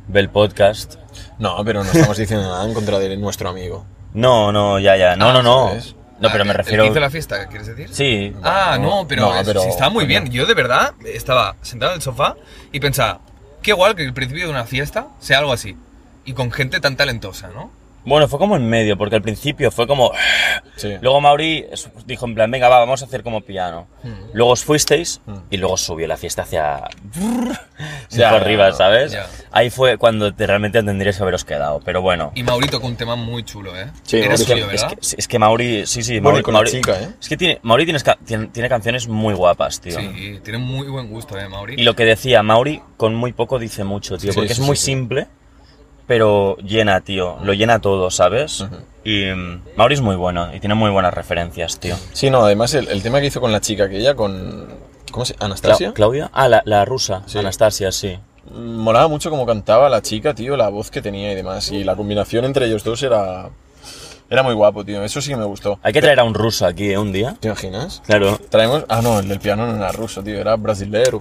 S3: ve el podcast.
S2: No, pero no estamos diciendo nada en contra de nuestro amigo.
S3: No, no, ya, ya. No,
S2: Ah,
S3: no, no.
S2: ¿sabes?
S3: No, pero
S1: Ah,
S3: me
S1: ¿el
S3: refiero.
S1: que hizo la fiesta, quieres decir?
S3: Sí.
S1: Ah, no, pero,
S2: No,
S1: es-
S2: pero-
S1: sí, estaba muy bien.
S2: coño.
S1: Yo de verdad estaba sentado en el sofá y pensaba, qué igual que el principio de una fiesta sea algo así. Y con gente tan talentosa, ¿no?
S3: Bueno, fue como en medio, porque al principio fue como.
S2: Sí.
S3: Luego Mauri es- dijo en plan, venga, va, vamos a hacer como piano.
S1: Hmm.
S3: Luego os fuisteis y luego subió la fiesta hacia. hacia
S2: Ya,
S3: arriba, ¿sabes?
S1: ya.
S3: Ahí fue cuando te- realmente tendríais que haberos quedado. Pero bueno.
S1: Y Maurito con un tema muy chulo, ¿eh?
S2: Sí,
S1: Era
S2: Mauri
S3: Es que,
S1: suyo,
S3: es,
S1: ¿verdad?
S3: que, es que Mauri, sí, sí,
S2: Bueno,
S3: Mauri,
S2: y con la
S3: Mauri-
S2: chica, ¿eh?
S3: es que tiene, Mauri tienes ca- tiene, tiene canciones muy guapas, tío.
S1: Sí, tiene muy buen gusto, ¿eh, Mauri?
S3: Y lo que decía Mauri, con muy poco dice mucho, tío,
S2: Sí,
S3: porque
S2: sí,
S3: es
S2: sí,
S3: muy
S2: sí.
S3: simple, pero llena, tío, lo llena todo, ¿sabes? Y mm, Mauri es muy bueno y tiene muy buenas referencias, tío.
S2: Sí, no, además el, el tema que hizo con la chica, que ella con... ¿Cómo se
S3: Cla-
S2: ¿Anastasia?
S3: ¿Claudia? Ah, la, la rusa,
S2: Sí.
S3: Anastasia, sí.
S2: Molaba mucho como cantaba la chica, tío, la voz que tenía y demás. Y la combinación entre ellos dos era... Era muy guapo, tío. Eso sí que me gustó.
S3: Hay que traer a un ruso aquí, ¿eh? Un día.
S2: ¿Te imaginas?
S3: Claro.
S2: Traemos... Ah, no, el del piano no era ruso, tío. Era brasilero.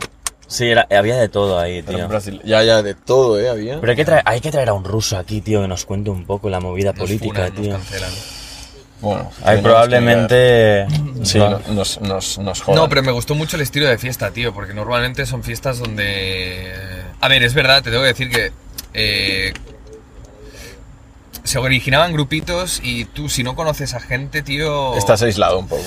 S3: Sí, era- había de todo ahí,
S2: Era
S3: tío.
S2: brasil- Ya, ya, de todo, ¿eh? Había.
S3: Pero hay que, traer, hay que traer a un ruso aquí, tío, que nos cuente un poco la movida
S1: Nos
S3: política,
S1: funan, nos
S3: tío.
S1: cancelan.
S2: Bueno.
S3: Ay,
S2: tenemos
S3: probablemente...
S2: que- Sí,
S3: Va.
S2: no- nos, nos, nos jodan.
S1: No, pero me gustó mucho el estilo de fiesta, tío, porque normalmente son fiestas donde... eh, A ver, es verdad, te tengo que decir que... eh, se originaban grupitos y tú, si no conoces a gente, tío...
S2: Estás aislado un poco.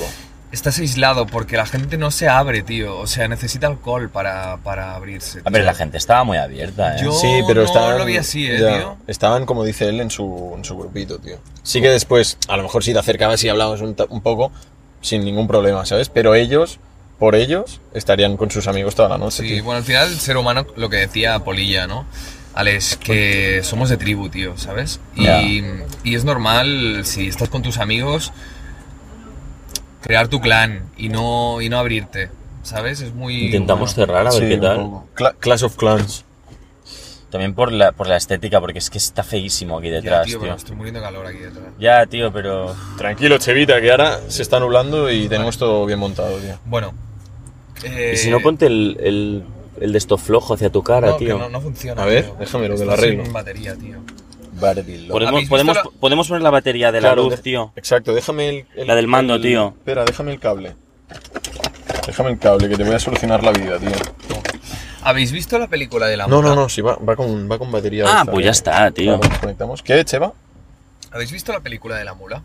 S1: estás aislado porque la gente no se abre, tío. O sea, necesita alcohol para, para abrirse.
S3: A ver,
S1: tío.
S3: la gente estaba muy abierta, ¿eh?
S1: Yo-
S2: Sí, pero
S1: no
S2: estaban.
S1: lo vi así, eh, tío.
S2: Estaban, como dice él, en su, en su grupito, tío. Sí que después, a lo mejor si te acercabas y hablabas un, ta- un poco, sin ningún problema, ¿sabes? Pero ellos, por ellos, estarían con sus amigos toda la noche,
S1: Sí,
S2: tío.
S1: bueno, al final el ser humano, lo que decía Polilla, ¿no? Alex, que somos de tribu, tío, ¿sabes? Y,
S3: Ya.
S1: y es normal, si estás con tus amigos, crear tu clan y no, y no abrirte, ¿sabes? Es muy...
S3: Intentamos
S1: bueno.
S3: cerrar a ver
S2: Sí,
S3: qué
S2: un
S3: tal.
S2: poco. Cla- Clash of Clans.
S3: También por la, por la estética, porque es que está feísimo aquí
S1: Ya,
S3: detrás,
S1: tío,
S3: tío.
S1: pero estoy muriendo de calor aquí detrás.
S3: Ya, tío, pero.
S2: Tranquilo, Chevita, que ahora se está nublando y tenemos todo bien montado, tío.
S1: Bueno. eh,
S3: Y si no, ponte el, el, el de esto flojo hacia tu cara,
S1: no, que
S3: tío.
S1: No, no funciona.
S2: A ver,
S1: tío.
S2: déjamelo, que
S1: Esto
S2: lo
S1: es
S2: arreglo.
S1: sin batería, tío.
S3: Podemos,
S1: ¿Habéis
S3: podemos,
S1: visto la-
S3: podemos poner la batería de la
S2: Claro,
S3: luz,
S2: de-
S3: tío.
S2: Exacto, déjame el, el-
S3: La del mando,
S2: el-
S3: tío.
S2: Espera, déjame el cable. Déjame el cable, que te voy a solucionar la vida, tío.
S1: ¿Habéis visto la película de la
S2: No,
S1: mota?
S2: no, no, sí, va, va con, va con batería.
S3: Ah,
S2: esta, eh.
S3: pues ya está, tío.
S2: Claro, nos conectamos. ¿Qué, Cheva?
S1: ¿Habéis visto la película de la mula?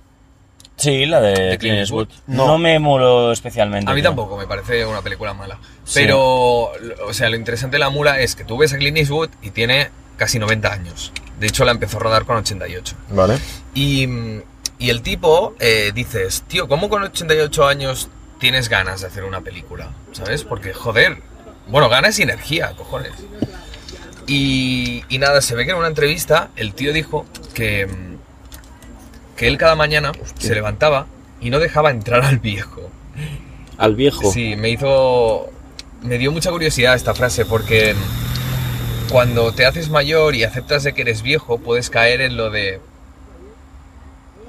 S3: Sí, la de
S1: ¿De
S3: Clint
S1: Clint
S3: Eastwood.
S1: Eastwood?
S3: No. me moló especialmente.
S1: A mí
S3: tío.
S1: tampoco, me parece una película mala.
S3: Sí.
S1: Pero, lo- o sea, lo interesante de la mula es que tú ves a Clint Eastwood y tiene casi 90 años. De hecho, la empezó a rodar con 88.
S2: Vale.
S1: Y mm, Y el tipo eh, dices, tío, ¿cómo con 88 años tienes ganas de hacer una película? ¿Sabes? Porque, joder, bueno, ganas y energía, cojones. Y, y nada, se ve que en una entrevista el tío dijo que, mm, que él cada mañana se levantaba y no dejaba entrar al viejo.
S3: Al viejo.
S1: Sí, me hizo. Me dio mucha curiosidad esta frase porque cuando te haces mayor y aceptas de que eres viejo, puedes caer en lo de.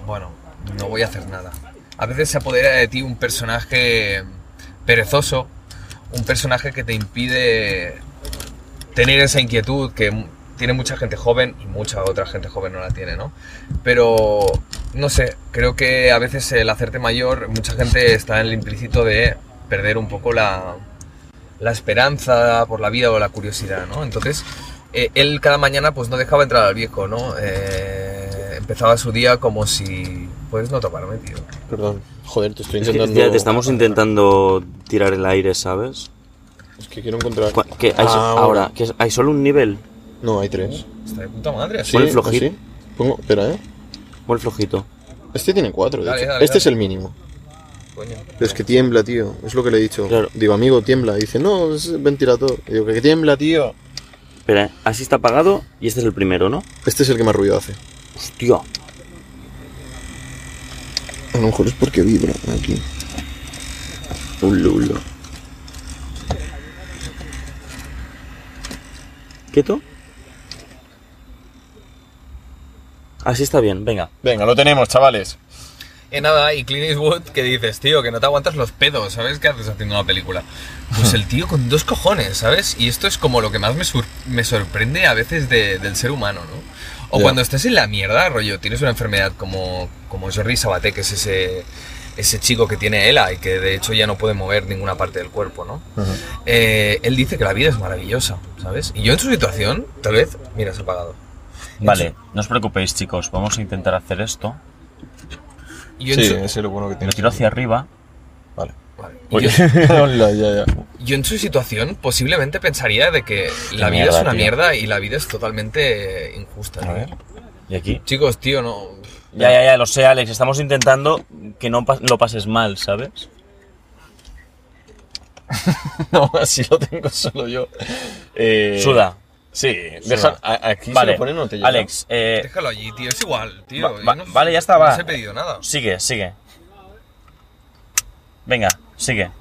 S1: Bueno, no voy a hacer nada. A veces se apodera de ti un personaje perezoso, un personaje que te impide tener esa inquietud que mu- tiene mucha gente joven y mucha otra gente joven no la tiene, ¿no? Pero, no sé, creo que a veces el hacerte mayor, mucha gente está en el implícito de perder un poco la, la esperanza por la vida o la curiosidad, ¿no? Entonces, eh, él cada mañana pues no dejaba entrar al viejo, ¿no? Eh, empezaba su día como si... Puedes no toparme, tío.
S2: Perdón. Joder, te estoy
S3: Es que,
S2: intentando.
S3: tía, te estamos intentando tirar el aire, ¿sabes?
S2: Es que quiero encontrar.
S3: Cu- que hay so-
S2: Ah,
S3: ahora, que hay solo un nivel.
S2: No, hay tres.
S1: Está de puta madre.
S2: Sí,
S1: así.
S3: Pon el flojito.
S2: así. Pongo. Espera, ¿eh?
S3: Muy flojito.
S2: Este tiene cuatro, de
S1: Dale,
S2: hecho.
S1: dale,
S2: Este
S1: dale.
S2: es el mínimo.
S1: Coño.
S2: Pero es que tiembla, tío. Es lo que le he dicho.
S3: Claro.
S2: Digo, amigo, tiembla. Y dice, no, es el ventilador. Y digo, que tiembla, tío.
S3: Espera, ¿eh? así está apagado y este es el primero, ¿no?
S2: Este es el que más ruido hace.
S3: Hostia.
S2: A lo mejor es porque vibra aquí. Un lulo.
S3: ¿Quieto? Así está bien, venga.
S2: Venga, lo tenemos, chavales.
S1: Y nada, y Clint Eastwood que dices, tío, que no te aguantas los pedos, ¿sabes? ¿Qué haces haciendo una película? Pues el tío con dos cojones, ¿sabes? Y esto es como lo que más me, sur- me sorprende a veces de- del ser humano, ¿no? O
S2: Ya.
S1: cuando estás en la mierda, rollo, tienes una enfermedad como, como Jordi Sabaté, que es ese, ese chico que tiene ELA y que de hecho ya no puede mover ninguna parte del cuerpo, ¿no? Eh, él dice que la vida es maravillosa, ¿sabes? Y yo en su situación, tal vez, mira, se ha apagado.
S3: Vale, no os preocupéis, chicos. Vamos a intentar hacer esto.
S1: Y
S2: Sí,
S1: yo en su-
S2: ese es lo bueno que
S3: Lo
S2: tiene.
S3: tiro hacia arriba.
S2: Vale.
S1: Vale. Y yo-
S2: Hola, ya, ya.
S1: Yo en su situación posiblemente pensaría de que la vida
S3: mierda,
S1: es una
S3: tío.
S1: mierda y la vida es totalmente eh, injusta.
S2: A
S1: tío.
S2: ver.
S3: ¿Y aquí?
S1: Chicos, tío, no.
S3: Ya, ya, ya, lo sé, Alex. Estamos intentando que no pas- lo pases mal, ¿sabes?
S2: No, así lo tengo solo yo. Eh,
S3: Suda.
S2: Sí, deja.
S3: Suda.
S2: a- Aquí se
S3: Vale,
S2: lo ponen, no te llega.
S3: Alex, eh,
S1: Déjalo allí, tío. Es igual, tío.
S3: Va-
S1: yo
S3: va-
S1: no-
S3: vale, ya está,
S1: no
S3: va.
S1: os he pedido nada.
S3: sigue, sigue. Venga, sigue.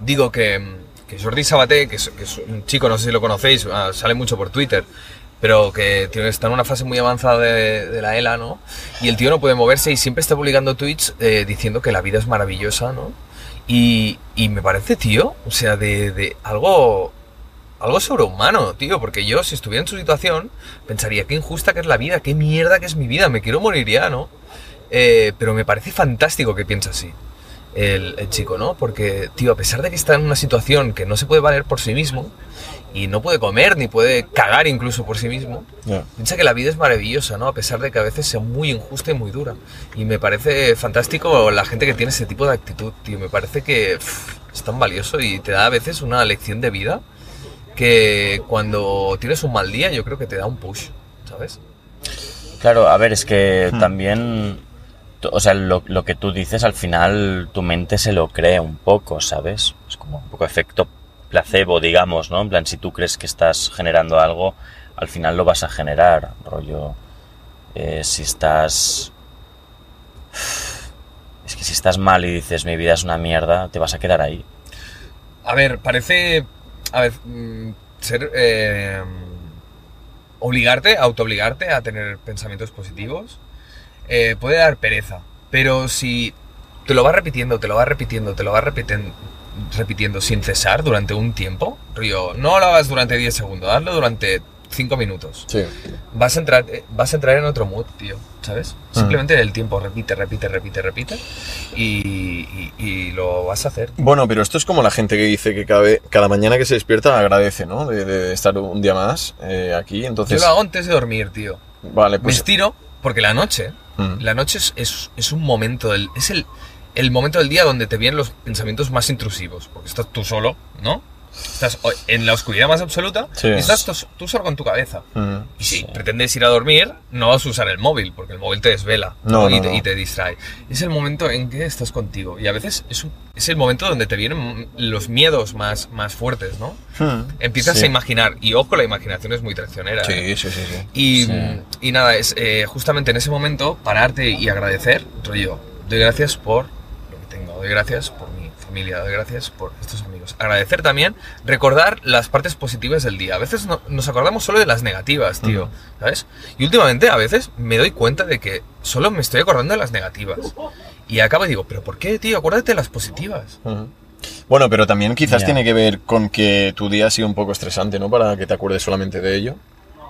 S1: Digo que, mm, que Jordi Sabaté, que es, que es un chico, no sé si lo conocéis, ah, sale mucho por Twitter, pero que tío, está en una fase muy avanzada de, de la ELA, ¿no? Y el tío no puede moverse y siempre está publicando tweets eh, diciendo que la vida es maravillosa, ¿no? Y, y me parece, tío, o sea, de, de algo algo sobrehumano, tío, porque yo si estuviera en su situación pensaría qué injusta que es la vida, qué mierda que es mi vida, me quiero morir ya, ¿no? Eh, pero me parece fantástico que piense así el, el chico, ¿no? Porque, tío, a pesar de que está en una situación que no se puede valer por sí mismo y no puede comer ni puede cagar incluso por sí mismo,
S2: Ya.
S1: piensa que la vida es maravillosa, ¿no? A pesar de que a veces sea muy injusta y muy dura. Y me parece fantástico la gente que tiene ese tipo de actitud, tío. Me parece que pff, es tan valioso y te da a veces una lección de vida que cuando tienes un mal día yo creo que te da un push, ¿sabes?
S3: Claro, a ver, es que también, t- o sea, lo, lo que tú dices al final tu mente se lo cree un poco, ¿sabes? Es como un poco efecto placebo, digamos, ¿no? En plan, si tú crees que estás generando algo, al final lo vas a generar, rollo. eh, si estás... Es que si estás mal y dices mi vida es una mierda, te vas a quedar ahí.
S1: A ver, parece. A ver, mm, ser. eh, obligarte, autoobligarte a tener pensamientos positivos. eh, puede dar pereza. Pero si te lo vas repitiendo, te lo vas repitiendo, te lo vas repiten- repitiendo sin cesar durante un tiempo, Río, no lo hagas durante 10 segundos, hazlo durante 5 minutos.
S2: Sí.
S1: Vas a, entrar, eh, vas a entrar en otro mood, tío, ¿sabes? Simplemente el tiempo, repite, repite, repite, repite. Y, y- y lo vas a hacer.
S2: Bueno, pero esto es como la gente que dice que cada, ve- cada mañana que se despierta agradece, ¿no? De, de estar un día más eh, aquí.
S1: Yo
S2: Entonces,
S1: lo hago antes de dormir, tío.
S2: vale,
S1: Me
S2: pues.
S1: estiro porque la noche, ¿eh?
S2: Mm.
S1: la noche es, es- es un momento, del- es el, el momento del día donde te vienen los pensamientos más intrusivos, porque estás tú solo, ¿no? Estás o- en la oscuridad más absoluta
S2: Sí.
S1: y estás tú, tú solo con tu cabeza.
S2: Mm.
S1: Y si pretendes ir a dormir, no vas a usar el móvil, porque el móvil te desvela
S2: No,
S1: y,
S2: no,
S1: te,
S2: no.
S1: y te distrae. Es el momento en que estás contigo. Y a veces es, un- es el momento donde te vienen los miedos más, más fuertes, ¿no?
S2: Hmm.
S1: Empiezas
S2: Sí.
S1: a imaginar. Y ojo, la imaginación es muy traicionera. ¿eh?
S2: Sí, sí, sí, sí.
S1: Y,
S3: Sí.
S1: y nada, es eh, justamente en ese momento pararte y agradecer, rollo, doy gracias por lo que tengo, doy gracias por mi familia, doy gracias por estos amigos. Agradecer también, recordar las partes positivas del día. A veces no- nos acordamos solo de las negativas, tío, ¿sabes? Y últimamente a veces me doy cuenta de que solo me estoy acordando de las negativas. Y acabo y digo, pero ¿por qué, tío? Acuérdate de las positivas.
S2: Ujú. mm. Bueno, pero también quizás
S3: Ya.
S2: tiene que ver con que tu día ha sido un poco estresante, ¿no? Para que te acuerdes solamente de ello.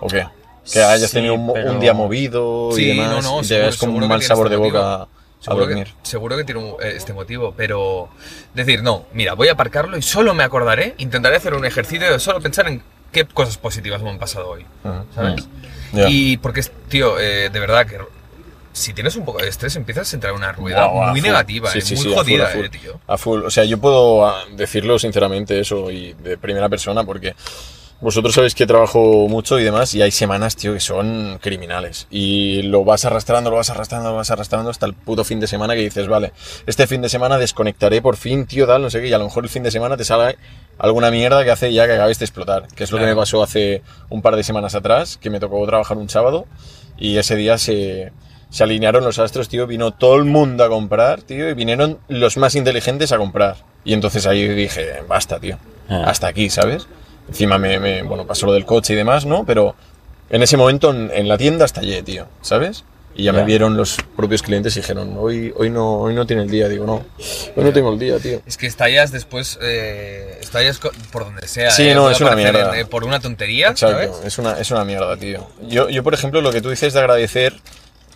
S2: ¿O qué? Que hayas
S3: Sí,
S2: tenido un, mo-
S3: pero-
S2: un día movido y
S1: Sí,
S2: demás.
S1: no, no,
S2: y te
S1: seguro-
S2: ves como
S1: seguro
S2: un
S1: que
S2: mal
S1: tiene
S2: sabor de
S1: este
S2: boca a- a
S1: Seguro que,
S2: dormir.
S1: seguro que tiene un- eh, este motivo, pero decir, no, mira, voy a aparcarlo y solo me acordaré, intentaré hacer un ejercicio de solo pensar en qué cosas positivas me han pasado hoy,
S2: Ujú.
S1: ¿sabes?
S2: Ah, mm, Ya.
S1: Y porque, tío, eh, de verdad que si tienes un poco de estrés empiezas a entrar en una rueda
S2: Guau, a
S1: muy
S2: full.
S1: negativa,
S2: Sí,
S1: eh,
S2: sí,
S1: muy
S2: sí, a full,
S1: jodida,
S2: a full.
S1: eh, tío.
S2: A full. O sea, yo puedo ah, decirlo sinceramente eso y de primera persona porque vosotros sabéis que trabajo mucho y demás y hay semanas, tío, que son criminales. Y lo vas arrastrando, lo vas arrastrando, lo vas arrastrando hasta el puto fin de semana que dices, vale, este fin de semana desconectaré por fin, tío, tal, no sé qué. Y a lo mejor el fin de semana te sale alguna mierda que hace ya que acabes de explotar. Que es lo que
S1: Claro.
S2: me pasó hace un par de semanas atrás, que me tocó trabajar un sábado y ese día se, se alinearon los astros, tío. Vino todo el mundo a comprar, tío. Y vinieron los más inteligentes a comprar. Y entonces ahí dije, basta, tío.
S3: Ah.
S2: Hasta aquí, ¿sabes? Encima me, me- bueno, pasó lo del coche y demás, ¿no? Pero en ese momento en, en la tienda estallé, tío, ¿sabes? Y ya me
S3: Ya.
S2: vieron los propios clientes y dijeron, hoy, hoy, no, hoy no tiene el día. Digo, no, hoy no tengo el día, tío.
S1: Es que estallas después, eh, estallas co- por donde sea.
S2: Sí,
S1: eh,
S2: no,
S1: puede
S2: es una
S1: aparecer
S2: mierda.
S1: en- eh, por una tontería, ¿sabes?
S2: Exacto, es una, es una mierda, tío. Yo, yo, por ejemplo, lo que tú dices de agradecer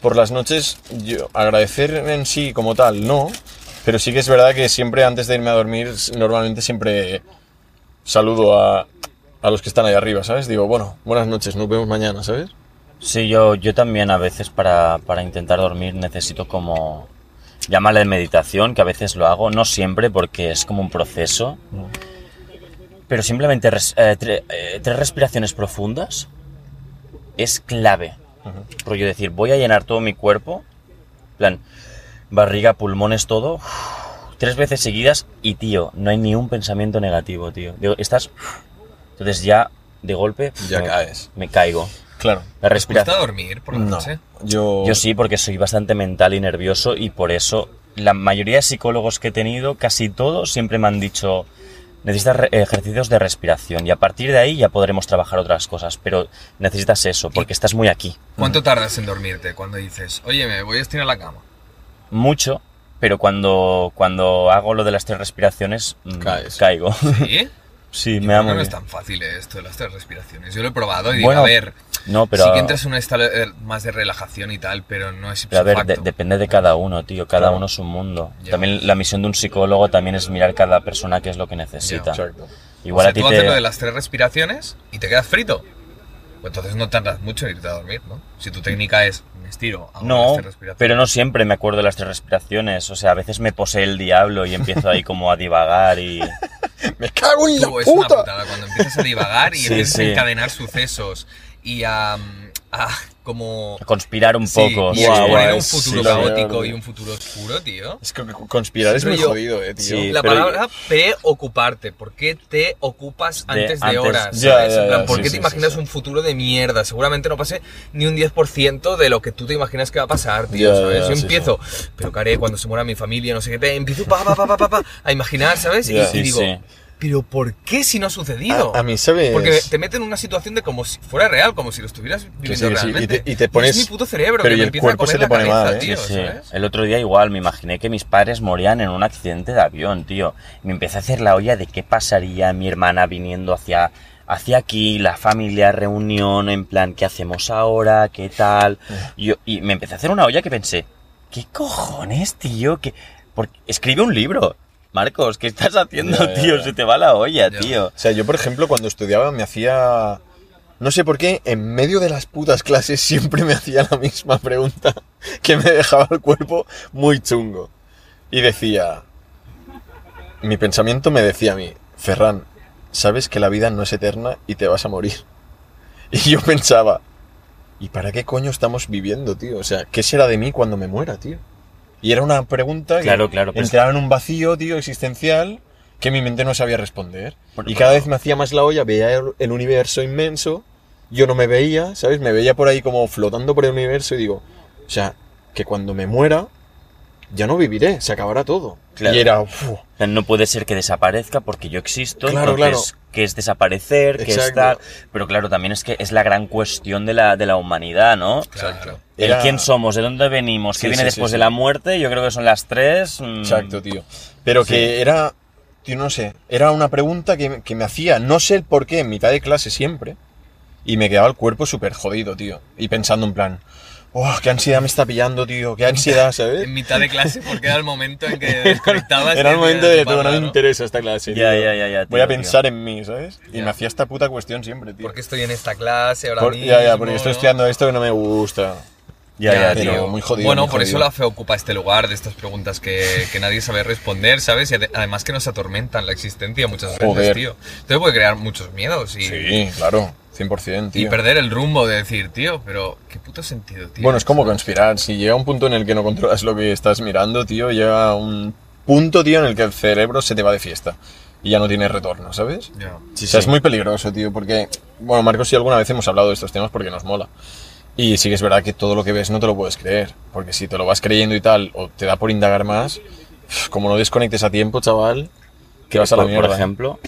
S2: por las noches, yo agradecer en sí como tal, no. Pero sí que es verdad que siempre antes de irme a dormir, s- normalmente siempre saludo a, a los que están ahí arriba, ¿sabes? Digo, bueno, buenas noches, nos vemos mañana, ¿sabes?
S3: Sí, yo, yo también a veces para, para intentar dormir necesito como llamarle meditación, que a veces lo hago, no siempre porque es como un proceso, pero simplemente res- eh, tre- eh, tres respiraciones profundas es clave. Rollo decir, voy a llenar todo mi cuerpo, plan, barriga, pulmones, todo, tres veces seguidas y tío, no hay ni un pensamiento negativo, tío. Digo, estás... Entonces ya, de golpe,
S2: Ya
S3: me-
S2: caes.
S3: me caigo.
S2: Claro.
S3: La
S1: ¿Te gusta
S3: respiración.
S1: dormir por la
S2: No,
S1: noche?
S2: yo...
S3: Yo sí, porque soy bastante mental y nervioso y por eso la mayoría de psicólogos que he tenido, casi todos, siempre me han dicho, necesitas re- ejercicios de respiración y a partir de ahí ya podremos trabajar otras cosas, pero necesitas eso, porque estás muy aquí.
S2: Mm.
S1: ¿Cuánto tardas en dormirte cuando dices, oye, me voy a estirar la cama?
S3: Mucho, pero cuando, cuando hago lo de las tres respiraciones, mm,
S2: Caes.
S3: caigo.
S1: ¿Sí?
S3: sí,
S1: Yo
S3: me
S1: creo
S3: da
S1: que
S3: muy
S1: no es
S3: bien.
S1: tan fácil eh, esto de las tres respiraciones. Yo lo he probado y
S3: Bueno,
S1: digo, a ver,
S3: No, pero...
S1: sí que entras en un estado eh, más de relajación y tal, pero no es
S3: Pero a
S1: ipso
S3: ver, de-
S1: facto.
S3: depende de cada uno, tío. Cada
S2: Claro.
S3: uno es un mundo.
S1: Ya.
S3: También la misión de un psicólogo también es mirar cada persona qué es lo que necesita.
S2: Exacto.
S3: Igual
S1: o sea,
S3: a ti
S1: tú haces lo de
S3: te...
S1: las tres respiraciones y te quedas frito. Pues entonces no tardas mucho en irte a dormir, ¿no? Si tu técnica es, me estiro, hago las
S3: No,
S1: tres respiraciones.
S3: pero no siempre me acuerdo de las tres respiraciones. O sea, a veces me posee el diablo y empiezo ahí como a divagar y...
S2: ¡Me cago en la
S1: Tú, es una
S2: puta!
S1: putada cuando empiezas a divagar y
S3: Sí,
S1: empiezas
S3: sí.
S1: a encadenar sucesos y a, mm, a como...
S3: a conspirar un
S1: Sí,
S3: poco.
S1: y
S3: sí.
S2: a
S1: exponer
S2: guay,
S1: un
S2: sí,
S1: futuro
S2: la verdad.
S1: caótico y un futuro oscuro, tío.
S2: Es que conspirar es
S1: Pero
S2: muy
S1: yo-
S2: jodido, eh, tío.
S3: Sí,
S1: La
S3: pero-
S1: palabra preocuparte, ¿por qué te ocupas
S3: De-
S1: antes de
S3: antes-
S1: horas?
S2: Ya,
S1: ¿sabes?
S2: ya,
S1: En plan,
S2: ya,
S1: ¿Por
S2: sí,
S1: qué
S2: sí,
S1: te imaginas
S2: sí, sí.
S1: un futuro de mierda? Seguramente no pase ni un 10% de lo que tú te imaginas que va a pasar, tío,
S2: Ya,
S1: ¿sabes?
S2: ya,
S1: Yo
S2: sí,
S1: empiezo, pero ¿qué haré cuando se muera mi familia? No sé qué, te empiezo pa, pa, pa, pa, pa, pa, a imaginar, ¿sabes? Y-
S2: Ya.
S1: y,
S3: Sí,
S1: digo,
S3: sí.
S1: ¿pero por qué si no ha sucedido?
S2: A, a mí, ¿sabes?
S1: Porque te meten en una situación de como si fuera real, como si lo estuvieras
S2: Que
S1: viviendo
S2: sí, que sí,
S1: realmente.
S2: Y, te, y te pones...
S1: es mi puto cerebro
S2: pero
S1: que
S2: y
S1: me
S2: el
S1: empieza
S2: cuerpo
S1: a comer
S2: se te
S1: la
S2: pone
S1: cabeza,
S2: mal, ¿eh?
S1: tío,
S3: Sí, sí.
S1: ¿sabes?
S3: El otro día igual me imaginé que mis padres morían en un accidente de avión, tío. Y me empecé a hacer la olla de qué pasaría mi hermana viniendo hacia, hacia aquí, la familia, reunión, en plan, ¿qué hacemos ahora? ¿Qué tal? Y, yo- y me empecé a hacer una olla que pensé, ¿qué cojones, tío? ¿Qué, por- escribe un libro. Marcos, ¿qué estás haciendo,
S2: Ya, ya,
S3: tío?
S2: ya.
S3: Se te va la olla,
S1: Ya.
S3: tío.
S2: O sea, yo, por ejemplo, cuando estudiaba me hacía... No sé por qué, en medio de las putas clases siempre me hacía la misma pregunta que me dejaba el cuerpo muy chungo. Y decía... Mi pensamiento me decía a mí, Ferran, sabes que la vida no es eterna y te vas a morir. Y yo pensaba, ¿y para qué coño estamos viviendo, tío? O sea, ¿qué será de mí cuando me muera, tío? Y era una pregunta
S3: Claro,
S2: que
S3: claro, pues-
S2: entraba en un vacío, tío, existencial, que mi mente no sabía responder.
S3: Bueno,
S2: y
S3: pero-
S2: cada vez me hacía más la olla, veía el- el universo inmenso, yo no me veía, ¿sabes? Me veía por ahí como flotando por el universo y digo, o sea, que cuando me muera, ya no viviré, se acabará todo.
S3: Claro.
S2: Y era, "Uf,
S3: O sea, No puede ser que desaparezca porque yo existo,
S2: Claro,
S3: entonces que es desaparecer, que es tal.
S2: Exacto.
S3: Pero claro, también es que es la gran cuestión de la, de la humanidad, ¿no?
S1: Exacto.
S3: El
S2: Era-
S3: quién somos, de dónde venimos, qué
S2: Sí,
S3: viene
S2: sí, sí,
S3: después
S2: sí.
S3: de la muerte, yo creo que son las tres. mm,
S2: Exacto, tío. Pero que era, tío, no sé, era una pregunta que, que me hacía, no sé el por qué, en mitad de clase siempre, y me quedaba el cuerpo súper jodido, tío. Y pensando en plan, oh, qué ansiedad me está pillando, tío, qué ansiedad, ¿sabes?
S1: En mitad de clase, porque era el momento en que desconectabas.
S2: Era el momento de, tío, no me
S1: interés.
S2: interesa esta clase,
S3: Ya,
S2: tío.
S3: ya, ya, ya,
S2: Voy a
S3: tío,
S2: pensar en mí, ¿sabes? Y
S1: Ya.
S2: me hacía esta puta cuestión siempre, tío.
S1: ¿Por qué estoy en esta clase ahora
S2: Por-
S1: mismo?
S2: ya, ya, porque estoy
S1: no?
S2: estudiando esto que no me gusta.
S3: Ya, ya,
S2: pero
S3: tío.
S2: muy jodido,
S1: Bueno,
S2: muy
S1: por eso
S2: jodido.
S1: la fe ocupa este lugar de estas preguntas que, que nadie sabe responder, ¿sabes? Y ade- además que nos atormentan la existencia muchas veces,
S2: Joder.
S1: tío. Entonces puede crear muchos miedos y,
S2: Sí, claro, 100%,
S1: y
S2: tío.
S1: perder el rumbo de decir, tío, pero qué puto sentido, tío.
S2: Bueno, es como conspirar. Si llega un punto en el que no controlas lo que estás mirando, tío, llega un punto, tío, en el que el cerebro se te va de fiesta y ya no tiene retorno, ¿sabes?
S1: Ya.
S2: o sea, es muy peligroso, tío, porque, bueno, Marcos y alguna vez hemos hablado de estos temas porque nos mola. Y sí que es verdad que todo lo que ves no te lo puedes creer, porque si te lo vas creyendo y tal, o te da por indagar más, como no desconectes a tiempo, chaval, que vas a la
S3: Por, por
S2: mierda.
S3: ejemplo.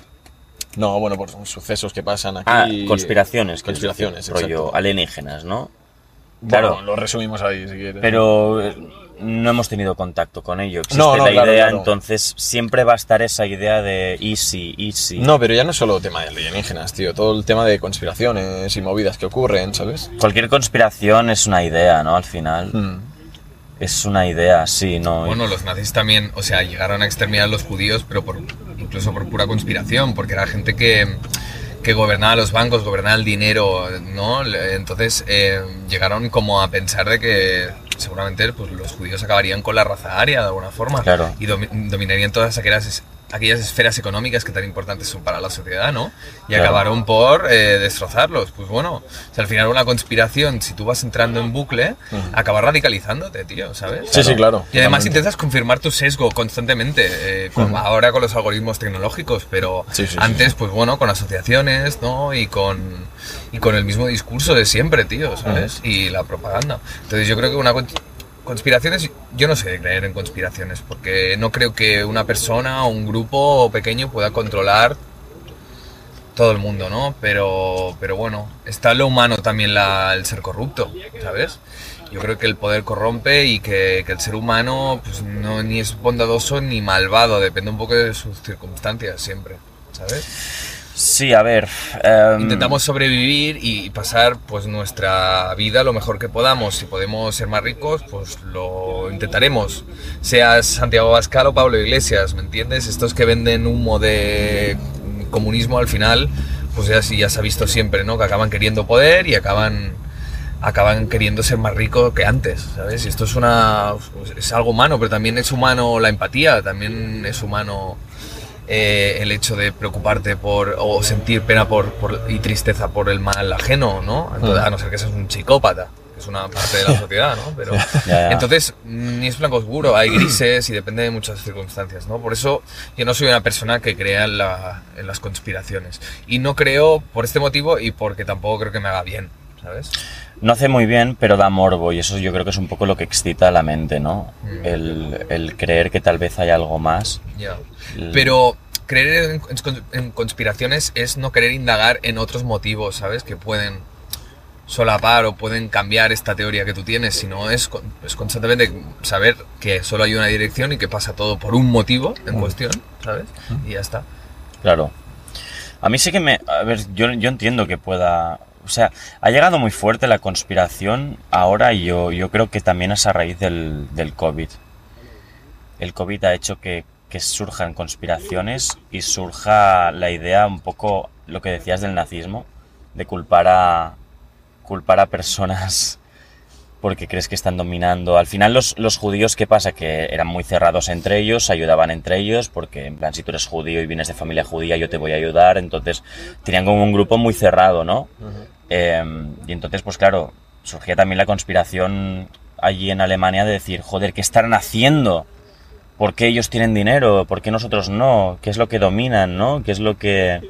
S2: No, bueno, por sucesos que pasan aquí.
S3: Ah, conspiraciones. que es
S2: Conspiraciones,
S3: decir, Rollo
S2: exacto.
S3: alienígenas, ¿no?
S2: Bueno,
S3: claro.
S2: lo resumimos ahí, si quieres.
S3: Pero eh, no hemos tenido contacto con ello. Existe
S2: No, no,
S3: la
S2: claro,
S3: idea,
S2: claro.
S3: entonces siempre va a estar esa idea de easy, easy.
S2: No, pero ya no solo tema de alienígenas, tío. Todo el tema de conspiraciones y movidas que ocurren, ¿sabes?
S3: Cualquier conspiración es una idea, ¿no? Al final.
S2: Mm.
S3: Es una idea, sí, ¿no?
S1: Bueno, los nazis también, o sea, llegaron a exterminar a los judíos, pero por, incluso por pura conspiración, porque era gente que, que gobernaba los bancos, gobernaba el dinero, ¿no? Le- Entonces eh, llegaron como a pensar de que seguramente pues, los judíos acabarían con la raza aria de alguna forma
S3: Claro.
S1: y domi- dominarían todas aquellas, es- aquellas esferas económicas que tan importantes son para la sociedad, ¿no? Y
S3: Claro.
S1: acabaron por eh, destrozarlos. Pues bueno, o sea, al final una conspiración, si tú vas entrando en bucle, acaba radicalizándote, tío, ¿sabes?
S2: Sí, sí, claro.
S1: Y además
S2: Totalmente.
S1: intentas confirmar tu sesgo constantemente, eh, con- ahora con los algoritmos tecnológicos, pero
S2: Sí, sí, sí,
S1: antes, pues bueno, con asociaciones, ¿no? Y con, y con el mismo discurso de siempre, tío, ¿sabes? Y la propaganda. Entonces yo creo que una... cons- Conspiraciones, yo no sé de creer en conspiraciones, porque no creo que una persona o un grupo pequeño pueda controlar todo el mundo, ¿no? Pero, pero bueno, está en lo humano también la- el ser corrupto, ¿sabes? Yo creo que el poder corrompe y que, que el ser humano pues no ni es bondadoso ni malvado, depende un poco de sus circunstancias siempre, ¿sabes?
S3: Sí, a ver. em,
S1: Intentamos sobrevivir y pasar pues nuestra vida lo mejor que podamos. Si podemos ser más ricos, pues lo intentaremos. Seas Santiago Abascal o Pablo Iglesias, ¿me entiendes? Estos que venden humo de comunismo al final, pues ya, sí, ya se ha visto siempre, ¿no? Que acaban queriendo poder y acaban acaban queriendo ser más ricos que antes, ¿sabes? Y esto es una es algo humano, pero también es humano la empatía, también es humano eh, el hecho de preocuparte por o sentir pena por, por- y tristeza por el mal ajeno, ¿no? Entonces,
S2: Mm.
S1: a no ser que seas un psicópata, que es una parte de la sociedad, ¿no? Pero
S3: Ya, ya.
S1: entonces ni es blanco oscuro, hay grises y depende de muchas circunstancias, ¿no? Por eso yo no soy una persona que crea en, la- en las conspiraciones y no creo por este motivo y porque tampoco creo que me haga bien, ¿sabes?
S3: No hace muy bien, pero da morbo, y eso yo creo que es un poco lo que excita a la mente, ¿no?
S1: Mm.
S3: El, el creer que tal vez hay algo más.
S1: Ya.
S3: El-
S1: Pero creer en, en- en conspiraciones es no querer indagar en otros motivos, ¿sabes? Que pueden solapar o pueden cambiar esta teoría que tú tienes, sino es, con- es constantemente saber que solo hay una dirección y que pasa todo por un motivo en cuestión, ¿sabes? Y ya está.
S3: Claro. A mí sí que me... A ver, yo, yo entiendo que pueda... O sea, ha llegado muy fuerte la conspiración ahora y yo, yo creo que también es a raíz del, del COVID. El COVID ha hecho que, que surjan conspiraciones y surja la idea un poco, lo que decías del nazismo, de culpar a, culpar a personas porque crees que están dominando. Al final los, los judíos, ¿qué pasa? Que eran muy cerrados entre ellos, se ayudaban entre ellos, porque en plan, si tú eres judío y vienes de familia judía, yo te voy a ayudar. Entonces, tenían como un grupo muy cerrado, ¿no? Eh, y entonces, pues claro, surgía también la conspiración allí en Alemania de decir, joder, ¿qué estarán haciendo? ¿Por qué ellos tienen dinero? ¿Por qué nosotros no? ¿Qué es lo que dominan, no? ¿Qué es lo que...?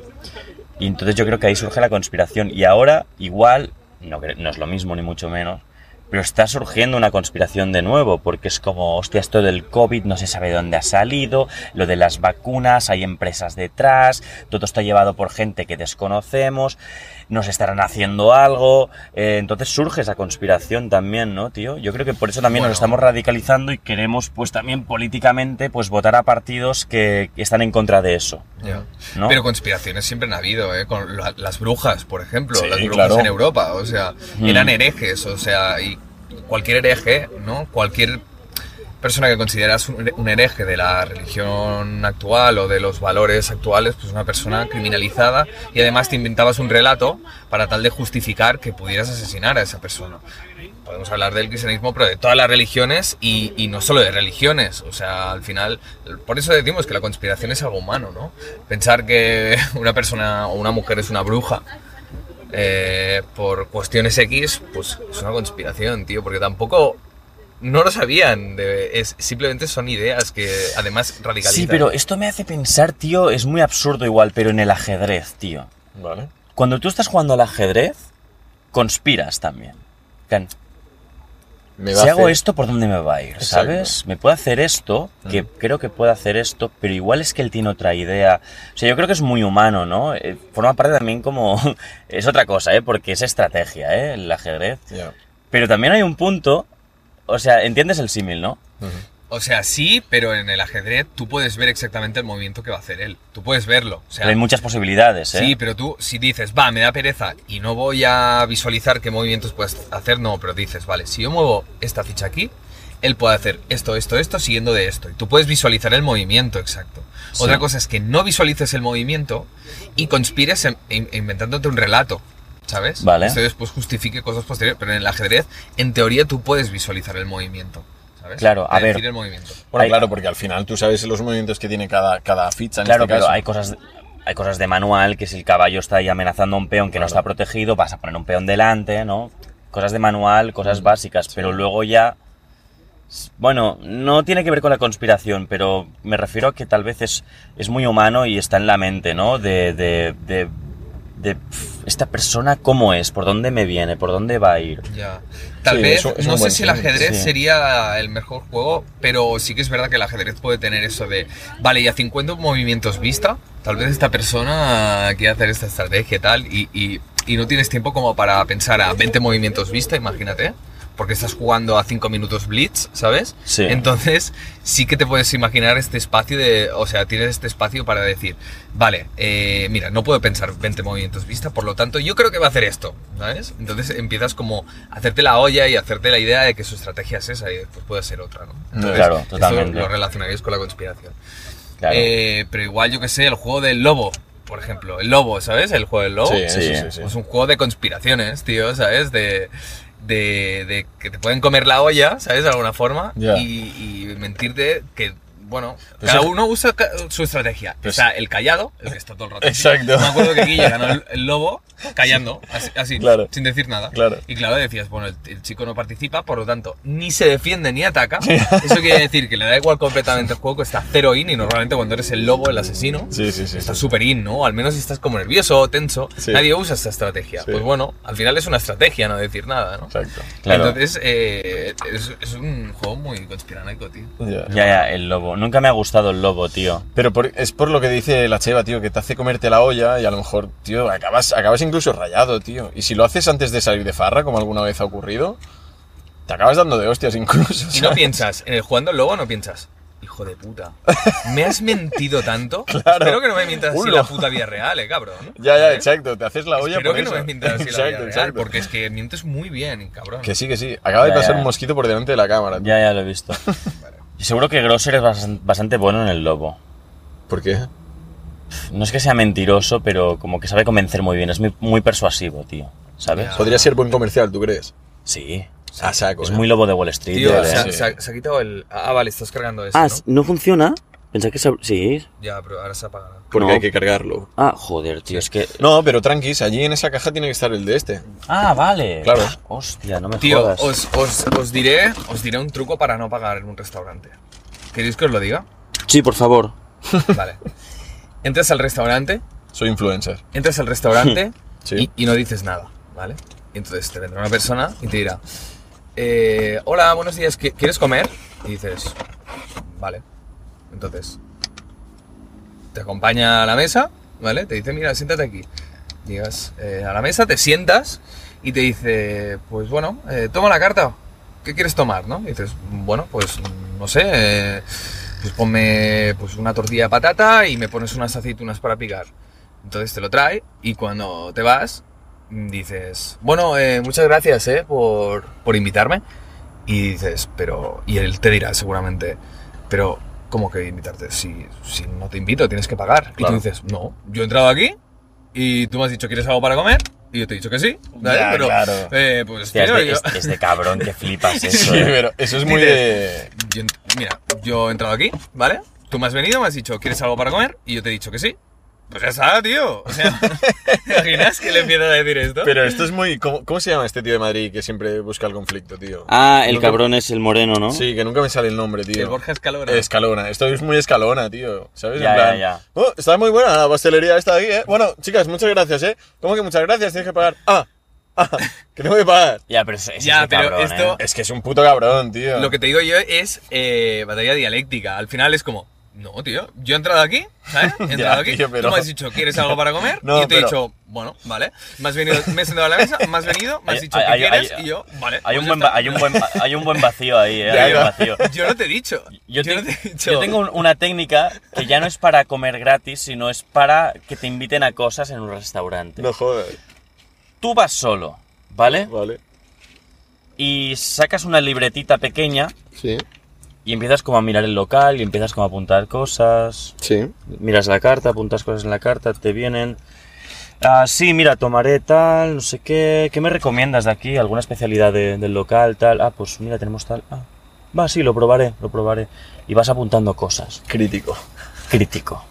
S3: Y entonces yo creo que ahí surge la conspiración. Y ahora, igual, no, cre- no es lo mismo ni mucho menos, pero está surgiendo una conspiración de nuevo, porque es como, hostia, esto del COVID no se sabe dónde ha salido, lo de las vacunas, hay empresas detrás, todo está llevado por gente que desconocemos, nos estarán haciendo algo, eh, entonces surge esa conspiración también, ¿no, tío? Yo creo que por eso también
S1: Bueno.
S3: nos estamos radicalizando y queremos, pues también políticamente, pues votar a partidos que están en contra de eso.
S1: Ya.
S3: ¿No?
S1: Pero conspiraciones siempre han habido, ¿eh? Con la- las brujas, por ejemplo,
S2: Sí,
S1: las brujas
S2: claro.
S1: en Europa, o sea, eran herejes, o sea, y cualquier hereje, ¿no? Cualquier persona que consideras un here- un hereje de la religión actual o de los valores actuales, pues una persona criminalizada y además te inventabas un relato para tal de justificar que pudieras asesinar a esa persona. Podemos hablar del cristianismo, pero de todas las religiones y, y no solo de religiones. O sea, al final, por eso decimos que la conspiración es algo humano, ¿no? Pensar que una persona o una mujer es una bruja eh, por cuestiones X, pues es una conspiración, tío, porque tampoco no lo sabían. de- es, simplemente son ideas que además radicalizan.
S3: Sí, pero esto me hace pensar, tío, es muy absurdo igual, pero en el ajedrez, tío.
S2: Vale.
S3: Cuando tú estás jugando al ajedrez, conspiras también. En plan,
S2: Me da
S3: Si hago
S2: fe.
S3: esto, ¿por dónde me va a ir?
S2: Exacto.
S3: ¿Sabes? Me puede hacer esto, que creo que puede hacer esto, pero igual es que él tiene otra idea. O sea, yo creo que es muy humano, ¿no? Eh, Forma parte también como... es otra cosa, ¿eh? Porque es estrategia, ¿eh? El ajedrez.
S2: Ya.
S3: Pero también hay un punto... O sea, entiendes el símil, ¿no?
S1: O sea, sí, pero en el ajedrez tú puedes ver exactamente el movimiento que va a hacer él. Tú puedes verlo. O sea,
S3: Pero hay muchas posibilidades, ¿eh?
S1: Sí, pero tú, si dices, va, me da pereza y no voy a visualizar qué movimientos puedes hacer, no, pero dices, vale, si yo muevo esta ficha aquí, él puede hacer esto, esto, esto, siguiendo de esto. Y tú puedes visualizar el movimiento exacto.
S3: Sí.
S1: Otra cosa es que no visualices el movimiento y conspires en- in- inventándote un relato. ¿Sabes?
S3: Vale.
S1: Esto después justifique cosas posteriores. Pero en el ajedrez, en teoría, tú puedes visualizar el movimiento. ¿Sabes?
S3: Claro, a
S1: Predecir
S3: ver.
S1: el movimiento.
S2: Bueno,
S3: Hay-
S2: claro, porque al final tú sabes los movimientos que tiene cada, cada ficha en
S3: Claro,
S2: este
S3: pero
S2: caso.
S3: hay cosas, hay cosas de manual, que si el caballo está ahí amenazando a un peón que no está protegido, vas a poner un peón delante, ¿no? Cosas de manual,
S2: Mm.
S3: cosas básicas, pero luego ya... Bueno, no tiene que ver con la conspiración, pero me refiero a que tal vez es, es muy humano y está en la mente, ¿no? De, de, de, de, pf, esta persona cómo es, por dónde me viene, por dónde va a ir.
S1: Ya. Tal
S2: Sí,
S1: vez,
S2: es un- es un
S1: no sé
S2: buen
S1: si el
S2: símil,
S1: ajedrez
S3: sí.
S1: sería el mejor juego, pero sí que es verdad que el ajedrez puede tener eso de, vale, y a 50 movimientos vista, tal vez esta persona quiere hacer esta estrategia y tal, y, y- y no tienes tiempo como para pensar a 20 movimientos vista, imagínate. Porque estás jugando a 5 minutos blitz, ¿sabes?
S3: Sí.
S1: Entonces, sí que te puedes imaginar este espacio de. O sea, tienes este espacio para decir, vale, eh, mira, no puedo pensar 20 movimientos vista, por lo tanto, yo creo que va a hacer esto, ¿sabes? Entonces empiezas como a hacerte la olla y a hacerte la idea de que su estrategia es esa y después puede ser otra, ¿no? Entonces,
S3: Claro,
S1: esto
S3: totalmente.
S1: Lo relacionarías con la conspiración.
S3: Claro.
S1: Eh, pero igual, yo que sé, el juego del lobo, por ejemplo. El lobo, ¿sabes? El juego del lobo.
S2: Sí,
S3: Sí.
S2: sí, sí, sí.
S1: Es un juego de conspiraciones, tío, ¿sabes? De, de, de que te pueden comer la olla, ¿sabes? De alguna forma.
S2: Ya.
S1: Y, y mentirte que, bueno,
S2: Pues
S1: cada
S2: es-
S1: uno usa ca- su estrategia. o
S2: Pues-
S1: sea, el callado, el que está todo el rato. así.
S2: Exacto.
S1: Me acuerdo que Guille ganó el, el lobo callando, así, así,
S2: Claro.
S1: sin decir nada.
S2: Claro.
S1: Y claro, decías, bueno, el, el chico no participa, por lo tanto, ni se defiende ni ataca. Eso quiere decir que le da igual completamente el juego, que está cero in y normalmente cuando eres el lobo, el asesino,
S2: Sí, sí, sí.
S1: estás
S2: sí.
S1: súper in, ¿no? Al menos si estás como nervioso o tenso,
S2: Sí.
S1: nadie usa esta estrategia.
S2: Sí.
S1: Pues bueno, al final es una estrategia no decir nada, ¿no?
S2: Exacto.
S3: Claro.
S1: Entonces, eh, es, es un juego muy conspiranoico, tío.
S2: Ya.
S3: Ya, ya, el lobo. Nunca me ha gustado el lobo, tío.
S2: Pero por- es por lo que dice la Cheva, tío, que te hace comerte la olla y a lo mejor, tío, acabas, acabas incluso rayado, tío. Y si lo haces antes de salir de farra, como alguna vez ha ocurrido, te acabas dando de hostias incluso.
S1: Y no
S2: ¿sabes?
S1: piensas, en el jugando al lobo no piensas, hijo de puta, ¿me has mentido tanto?
S2: Claro.
S1: Espero que no me mientas así
S2: Ulo.
S1: la puta vida real, eh, cabrón.
S2: Ya, ya,
S1: ¿Eh?
S2: exacto. Te haces la olla
S1: Espero
S2: por
S1: que
S2: eso.
S1: no me mientas así la vida
S2: Exacto,
S1: real,
S2: exacto.
S1: porque es que mientes muy bien, cabrón.
S2: Que sí, que sí. Acaba de
S3: Ya,
S2: pasar
S3: ya.
S2: un mosquito por delante de la cámara. tío.
S3: Ya, ya lo he visto. Y seguro que Grosser es bas- bastante bueno en el lobo.
S2: ¿Por qué?
S3: No es que sea mentiroso, pero como que sabe convencer muy bien. Es muy, muy persuasivo, tío. ¿Sabes?
S1: Ya.
S2: Podría ser buen comercial, ¿tú crees?
S3: Sí.
S2: A saco.
S3: Es
S2: ¿eh?
S3: muy lobo de Wall Street.
S1: Tío,
S3: de-
S2: sí.
S1: se, ha-
S2: sí.
S1: se ha, se ha quitado el. Ah, vale, estás cargando eso.
S3: Ah,
S1: ¿no?
S3: ¿no funciona? Pensé que se... Sí.
S1: Ya, pero ahora se ha apagado.
S2: Porque
S3: No.
S2: hay que cargarlo.
S3: Ah, joder, tío, es que...
S2: No, pero tranquis, allí en esa caja tiene que estar el de este.
S3: Ah, vale.
S2: Claro.
S3: Hostia, no me
S1: Tío,
S3: jodas.
S1: os, os, os diré, os diré un truco para no pagar en un restaurante. ¿Queréis que os lo diga?
S3: Sí, por favor.
S1: Vale. Entras al restaurante,
S2: Soy influencer.
S1: entras al restaurante
S2: Sí.
S1: y, y no dices nada, ¿vale? Y Entonces te vendrá una persona y te dirá, eh, hola, buenos días, ¿qui- ¿quieres comer? Y dices, vale. Entonces, te acompaña a la mesa, ¿vale? Te dice, mira, siéntate aquí. Llegas eh, a la mesa, te sientas y te dice, pues bueno, eh, toma la carta. ¿Qué quieres tomar, no? Y dices, bueno, pues no sé, eh, pues ponme pues, una tortilla de patata y me pones unas aceitunas para picar. Entonces te lo trae y cuando te vas mm, dices, bueno, eh, muchas gracias eh, por, por invitarme. Y dices, pero... Y él te dirá seguramente, pero ¿cómo que invitarte? Si, si no te invito, tienes que pagar.
S2: Claro.
S1: Y tú dices, no, yo he entrado aquí y tú me has dicho, ¿quieres algo para comer? Y yo te he dicho que sí. ¿vale?
S3: Ya,
S1: pero,
S3: claro.
S1: eh, pues,
S3: Hostia, es,
S1: tío,
S3: de, este,
S1: yo-
S3: es- es de cabrón que flipas eso.
S2: Sí,
S3: ¿eh?
S2: pero eso es muy de.
S1: yo ent- mira, yo he entrado aquí, ¿vale? Tú me has venido, me has dicho, ¿quieres algo para comer? Y yo te he dicho que sí. Pues ya está, tío. O sea, ¿te imaginas que le empiezas a decir esto?
S2: Pero esto es muy. ¿Cómo, cómo se llama este tío de Madrid que siempre busca el conflicto, tío?
S3: Ah, el
S2: Nunca-
S3: cabrón es el moreno, ¿no?
S2: Sí, que nunca me sale el nombre, tío.
S1: el Borja Escalona.
S2: Escalona. Esto es muy escalona, tío. ¿Sabes?
S3: Ya,
S2: en plan,
S3: ya, ya.
S2: "Oh, está muy buena la pastelería esta de aquí, ¿eh? Bueno, chicas, muchas gracias, ¿eh? ¿Cómo que muchas gracias? Tienes que pagar. Ah, ah, que tengo que pagar.
S3: Ya, pero eso, eso
S1: Ya,
S3: es de
S1: pero
S3: cabrón,
S1: esto-
S3: ¿eh?
S2: Es que es un puto cabrón, tío.
S1: Lo que te digo yo es eh, batalla dialéctica. Al final es como, no, tío, yo he entrado aquí, ¿sabes? He entrado aquí.
S2: tío, pero-
S1: Tú me has dicho, ¿quieres algo para comer?
S2: No,
S1: y yo te he
S2: pero-
S1: dicho, bueno, vale. Me has venido, me he sentado a la mesa, me has venido, me has
S3: Hay-
S1: dicho,
S3: hay-
S1: ¿qué
S3: hay-
S1: quieres?
S3: hay-
S1: y yo, vale.
S3: Hay
S1: pues
S3: un,
S1: ya
S3: buen,
S1: está".
S3: va- hay, un buen, va- hay un buen vacío ahí, ¿eh? Hay un
S2: ya.
S3: vacío.
S1: Yo no te he dicho. Yo,
S3: Yo, te-
S1: no te he dicho.
S3: yo tengo un- una técnica que ya no es para comer gratis, sino es para que te inviten a cosas en un restaurante.
S2: No jodas.
S3: Tú vas solo, ¿vale?
S2: Vale.
S3: Y sacas una libretita pequeña
S2: Sí.
S3: y empiezas como a mirar el local y empiezas como a apuntar cosas.
S2: Sí.
S3: Miras la carta, apuntas cosas en la carta, te vienen. Ah, sí, mira, tomaré tal, no sé qué. ¿Qué me recomiendas de aquí? ¿Alguna especialidad de- del local, tal? Ah, pues mira, tenemos tal. Ah, va, sí, lo probaré, lo probaré. Y vas apuntando cosas.
S2: Crítico.
S3: Crítico.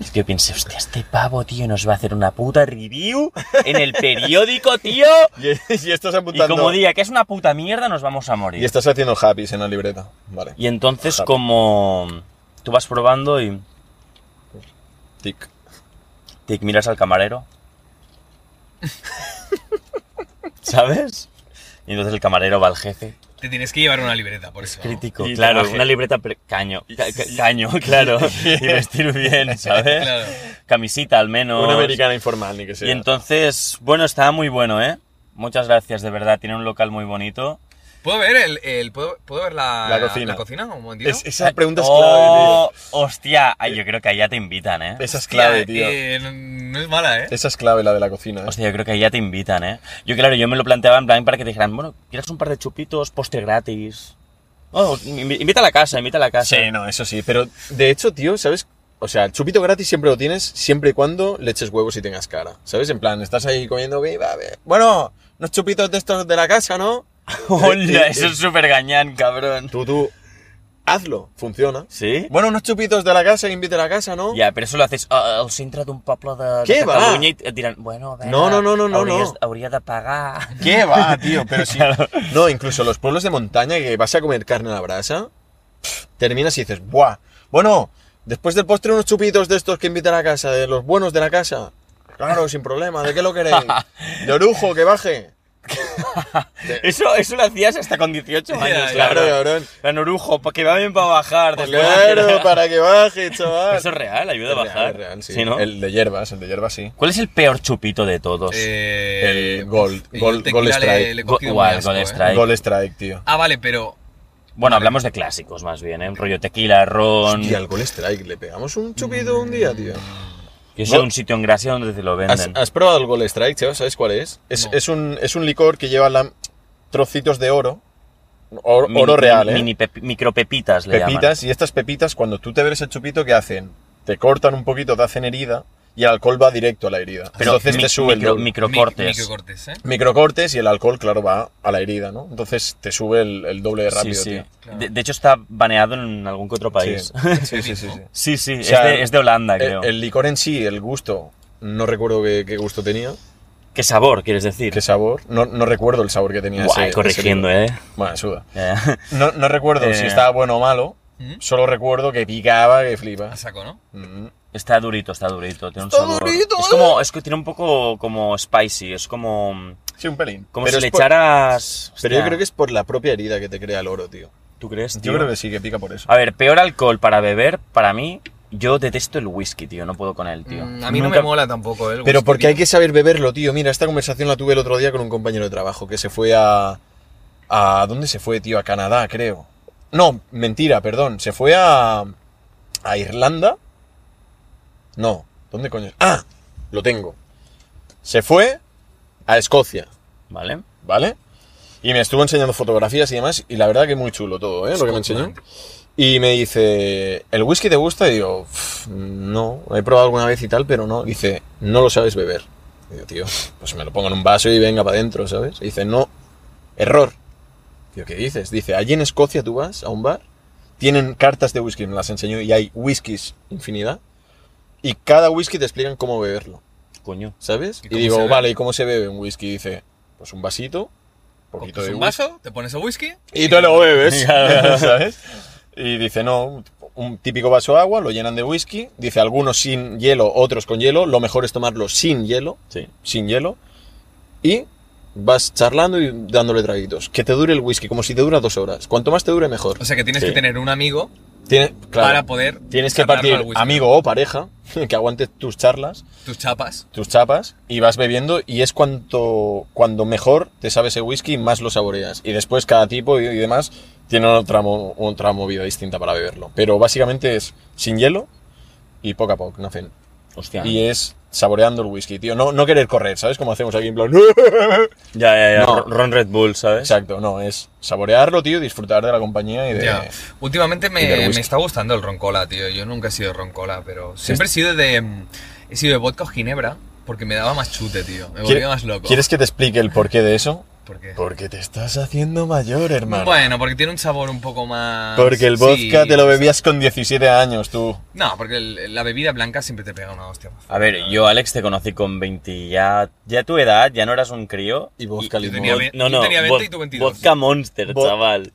S3: Es que yo pensé, hostia, este pavo, tío, nos va a hacer una puta review en el periódico, tío.
S2: Y, y estás
S3: Y
S2: apuntando.
S3: como diga que es una puta mierda, nos vamos a morir.
S2: Y estás haciendo happies en la libreta. Vale.
S3: Y entonces
S2: Joder.
S3: como tú vas probando y
S2: Tic.
S3: te miras al camarero. ¿Sabes? Y entonces el camarero va al jefe.
S1: Te tienes que llevar una libreta, por eso.
S3: Crítico,
S2: Y
S3: claro,
S2: traje.
S3: una libreta pre- caño, ca- ca- caño, claro, y vestir bien, ¿sabes?
S1: Claro.
S3: Camisita al menos.
S2: Una americana informal, ni que sea.
S3: Y entonces, bueno, estaba muy bueno, ¿eh? Muchas gracias, de verdad, tiene un local muy bonito.
S1: ¿Puedo ver, el, el- ¿puedo, puedo ver la,
S2: La cocina.
S1: un momentito?
S2: Es- esa pregunta es clave,
S3: Oh, hostia, ay, yo creo que allá te invitan, ¿eh?
S2: tío. Esa es
S1: Hostia,
S2: clave, tío.
S1: eh, no, no es mala, ¿eh?
S2: Esa es clave, la de la cocina. ¿eh?
S3: Hostia, yo creo que ahí ya te invitan, ¿eh? Yo, claro, yo me lo planteaba en plan para que te dijeran, bueno, ¿quieres un par de chupitos, postre gratis? Oh, invi- invita a la casa, invita a la casa.
S2: Sí, no, eso sí. Pero de hecho, tío, ¿sabes? O sea, el chupito gratis siempre lo tienes, siempre y cuando le eches huevos y tengas cara. ¿Sabes? En plan, estás ahí comiendo, viva, ve- Bueno, unos chupitos de estos de la casa, ¿no?
S3: Hola, eso es súper gañán, cabrón.
S2: Tú, tú, hazlo, funciona.
S3: ¿Sí?
S2: Bueno, unos chupitos de la casa, invite a la casa, ¿no?
S3: Ya, pero eso lo haces ah, al centre d'un poble de, de
S2: Què va?
S3: Catalunya i et diran, bueno, a veure,
S2: No, no, no, no, no,
S3: hauries,
S2: no.
S3: hauria de pagar.
S2: ¿Qué va, tío? Pero sí. No, incluso los pueblos de montaña que vas a comer carne a la brasa, pff, terminas y dices, ¡buah! Bueno, después del postre unos chupitos de estos que invita a la casa, de los buenos de la casa. Claro, sin problema, ¿de qué lo queréis? De orujo, que baje.
S3: Eso, eso lo hacías hasta con 18
S1: Ya,
S3: años,
S1: ya.
S3: claro.
S2: Claro, cabrón. Pues
S3: En orujo, porque va bien para bajar. después
S2: Claro,
S3: bajará.
S2: para que baje, chaval.
S3: Eso es real, ayuda a
S2: Es real,
S3: bajar.
S2: es real, sí.
S3: no?
S2: El de hierbas, el de hierbas sí.
S3: ¿Cuál es el peor chupito de todos?
S1: Eh,
S2: el Gold-
S1: yo
S2: Gold-
S1: el tequila
S2: Gold Strike.
S1: Le, le he
S3: Go-
S1: cogido muy
S3: igual,
S1: asco,
S3: Gold
S1: ¿eh?
S3: Strike. Ahí.
S2: Gold Strike, tío.
S1: Ah, vale, pero
S3: Bueno, hablamos de clásicos más bien, ¿eh? Rollo tequila, ron.
S2: Y al Gold Strike, le pegamos un chupito un día, tío.
S3: Yo sé
S2: Go-
S3: un sitio en Gracia donde te lo
S2: ¿Has,
S3: venden.
S2: has probado el Gold Strike, chaval? ¿Sabes cuál es? Es,
S1: No.
S2: es un, es un licor que lleva la- trocitos de oro. Oro,
S3: Mini-
S2: oro real, ¿eh?
S3: Mini pep- micropepitas le llaman.
S2: pepitas. Y estas pepitas, cuando tú te bebes el chupito, ¿qué hacen? Te cortan un poquito, te hacen herida. y el alcohol va directo a la herida.
S3: Pero
S2: Entonces
S3: mi-
S2: te sube
S3: micro-
S2: el doble.
S3: microcortes.
S1: Microcortes, ¿eh?
S2: Microcortes y el alcohol, claro, va a la herida, ¿no? Entonces te sube el, el doble de rápido,
S3: sí, sí.
S2: tío.
S1: Claro.
S3: De, de hecho, está baneado en algún que otro país.
S2: Sí, sí, sí, sí, sí.
S3: Sí, sí,
S2: O sea,
S3: es, de, es de Holanda,
S2: el-
S3: creo.
S2: El, licor en sí, el gusto, no recuerdo qué, qué gusto tenía,
S3: ¿Qué sabor quieres decir?
S2: qué sabor. No, no recuerdo el sabor que tenía
S3: Guay,
S2: ese- ese
S3: corrigiendo,
S2: licor.
S3: ¿eh?
S2: Bueno, suda.
S3: Ya, ya.
S2: No, no recuerdo
S3: Eh.
S2: si estaba bueno o malo,
S1: ¿Mm?
S2: solo recuerdo que picaba, que flipa.
S1: A saco, ¿no?
S2: Mm.
S3: Está durito, está durito. Tiene un
S2: Está
S3: sabor-
S2: durito,
S3: Es
S2: ¿eh?
S3: como, es que tiene un poco como spicy, es como,
S2: Sí, un pelín.
S3: como
S2: Pero
S3: si le
S2: es por-
S3: echaras...
S2: Pero yo creo que
S3: es...
S2: es por la propia herida que te crea el oro, tío.
S3: ¿Tú crees, tío?
S2: Yo creo que sí, que pica por eso.
S3: A ver, peor alcohol para beber, para mí, yo detesto el whisky, tío, no puedo con él, tío.
S1: Mm, a mí no
S3: Nunca-
S1: me mola tampoco ¿eh? el
S2: Pero
S1: whisky,
S2: porque
S1: tío.
S2: hay que saber beberlo, tío. Mira, esta conversación la tuve el otro día con un compañero de trabajo que se fue a... ¿A dónde se fue, tío? A Canadá, creo. No, mentira, perdón. Se fue a... ¿A Irlanda? No. ¿Dónde coño? es? Ah, lo tengo. Se fue a Escocia,
S3: ¿Vale?
S2: ¿vale? Y me estuvo enseñando fotografías y demás. Y la verdad que muy chulo todo, ¿eh? Lo que me enseñó. Y me dice, ¿el whisky te gusta? Y digo, "Pff, no, he probado alguna vez y tal, pero no. Dice, no lo sabes beber. Y digo, tío, pues me lo pongo en un vaso y venga para adentro, ¿sabes? Y dice, no, error. Digo, ¿qué dices? Dice, allí en Escocia tú vas a un bar, tienen cartas de whisky, me las enseñó y hay whiskies infinidad. Y cada whisky te explican cómo beberlo,
S3: Coño.
S2: ¿sabes?
S1: ¿Y
S2: Y,
S1: cómo se
S2: digo,
S1: bebe?
S2: vale, ¿y cómo se bebe un whisky? Dice, pues un vasito, poquito
S1: Coges Pues
S2: de
S1: un
S2: whisky.
S1: vaso, te pones el whisky.
S2: Y tú lo bebes,
S3: Ya.
S2: ¿sabes? Y dice, no, un típico vaso de agua, lo llenan de whisky, dice algunos sin hielo, otros con hielo, lo mejor es tomarlo sin hielo,
S3: Sí.
S2: sin hielo, y vas charlando y dándole traguitos. Que te dure el whisky, como si te dura dos horas. Cuanto más te dure, mejor.
S1: O sea que tienes
S3: Sí.
S1: que tener un amigo
S2: Tienes, claro,
S1: Pues para poder.
S2: tienes que
S1: charlarlo
S2: partir
S1: al whisky.
S2: amigo o pareja que aguante tus charlas,
S1: Tus chapas.
S2: tus chapas, y vas bebiendo, y es cuanto, cuando mejor te sabe ese whisky, más lo saboreas. Y después cada tipo y, y demás tiene otra, mo- otra movida distinta para beberlo. Pero básicamente es sin hielo y poco a poco, nothing.
S3: Hostia.
S2: Y es saboreando el whisky, tío. No, no querer correr, ¿sabes? Como hacemos aquí en plan...
S3: Ya, ya, ya.
S2: No.
S3: Ron Red Bull, ¿sabes?
S2: Exacto, no, es saborearlo, tío, disfrutar de la compañía y de...
S1: Ya. Últimamente me,
S2: y del whisky.
S1: me está gustando el roncola, tío. Yo nunca he sido roncola, pero siempre he sido de. mm, He sido de vodka o ginebra porque me daba más chute, tío. Me
S2: ¿Quiere-
S1: volvía más loco.
S2: ¿Quieres que te explique el porqué de eso?
S1: ¿Por qué?
S2: Porque te estás haciendo mayor, hermano.
S1: Bueno, porque tiene un sabor un poco más.
S2: Porque el
S1: Sí,
S2: vodka te lo bebías con 17 años, tú.
S1: No, porque el- la bebida blanca siempre te pega una hostia.
S2: Ah,
S1: más
S3: A ver, yo, Alex, te conocí con 20. Ya, ya tu edad, ya no eras un crío.
S2: Y vodka
S1: yo
S2: limón.
S1: tenía ve-
S3: No,
S1: Yo
S3: no.
S1: tenía 20 y tú 22.
S3: Vodka Monster,
S2: Vo-
S3: chaval.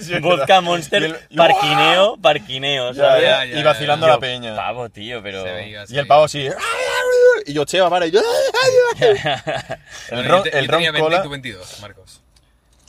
S2: Sí, es
S3: Vodka
S2: verdad.
S3: Monster,
S2: Y el- y-
S3: parquineo, parquineo,
S2: Ya,
S3: ¿sabes?
S2: ya,
S1: ya,
S2: y
S1: ya,
S2: vacilando
S3: Yo,
S2: a la peña.
S3: Pavo, tío, pero...
S1: Se veía, se
S2: Y el
S1: veía.
S2: pavo así. Y yo, Cheva, para. Y yo. El
S1: Bueno, yo
S2: ron,
S1: te-
S2: el
S1: yo
S2: ron
S1: tenía 20 y
S2: cola.
S1: tú 22, Marcos.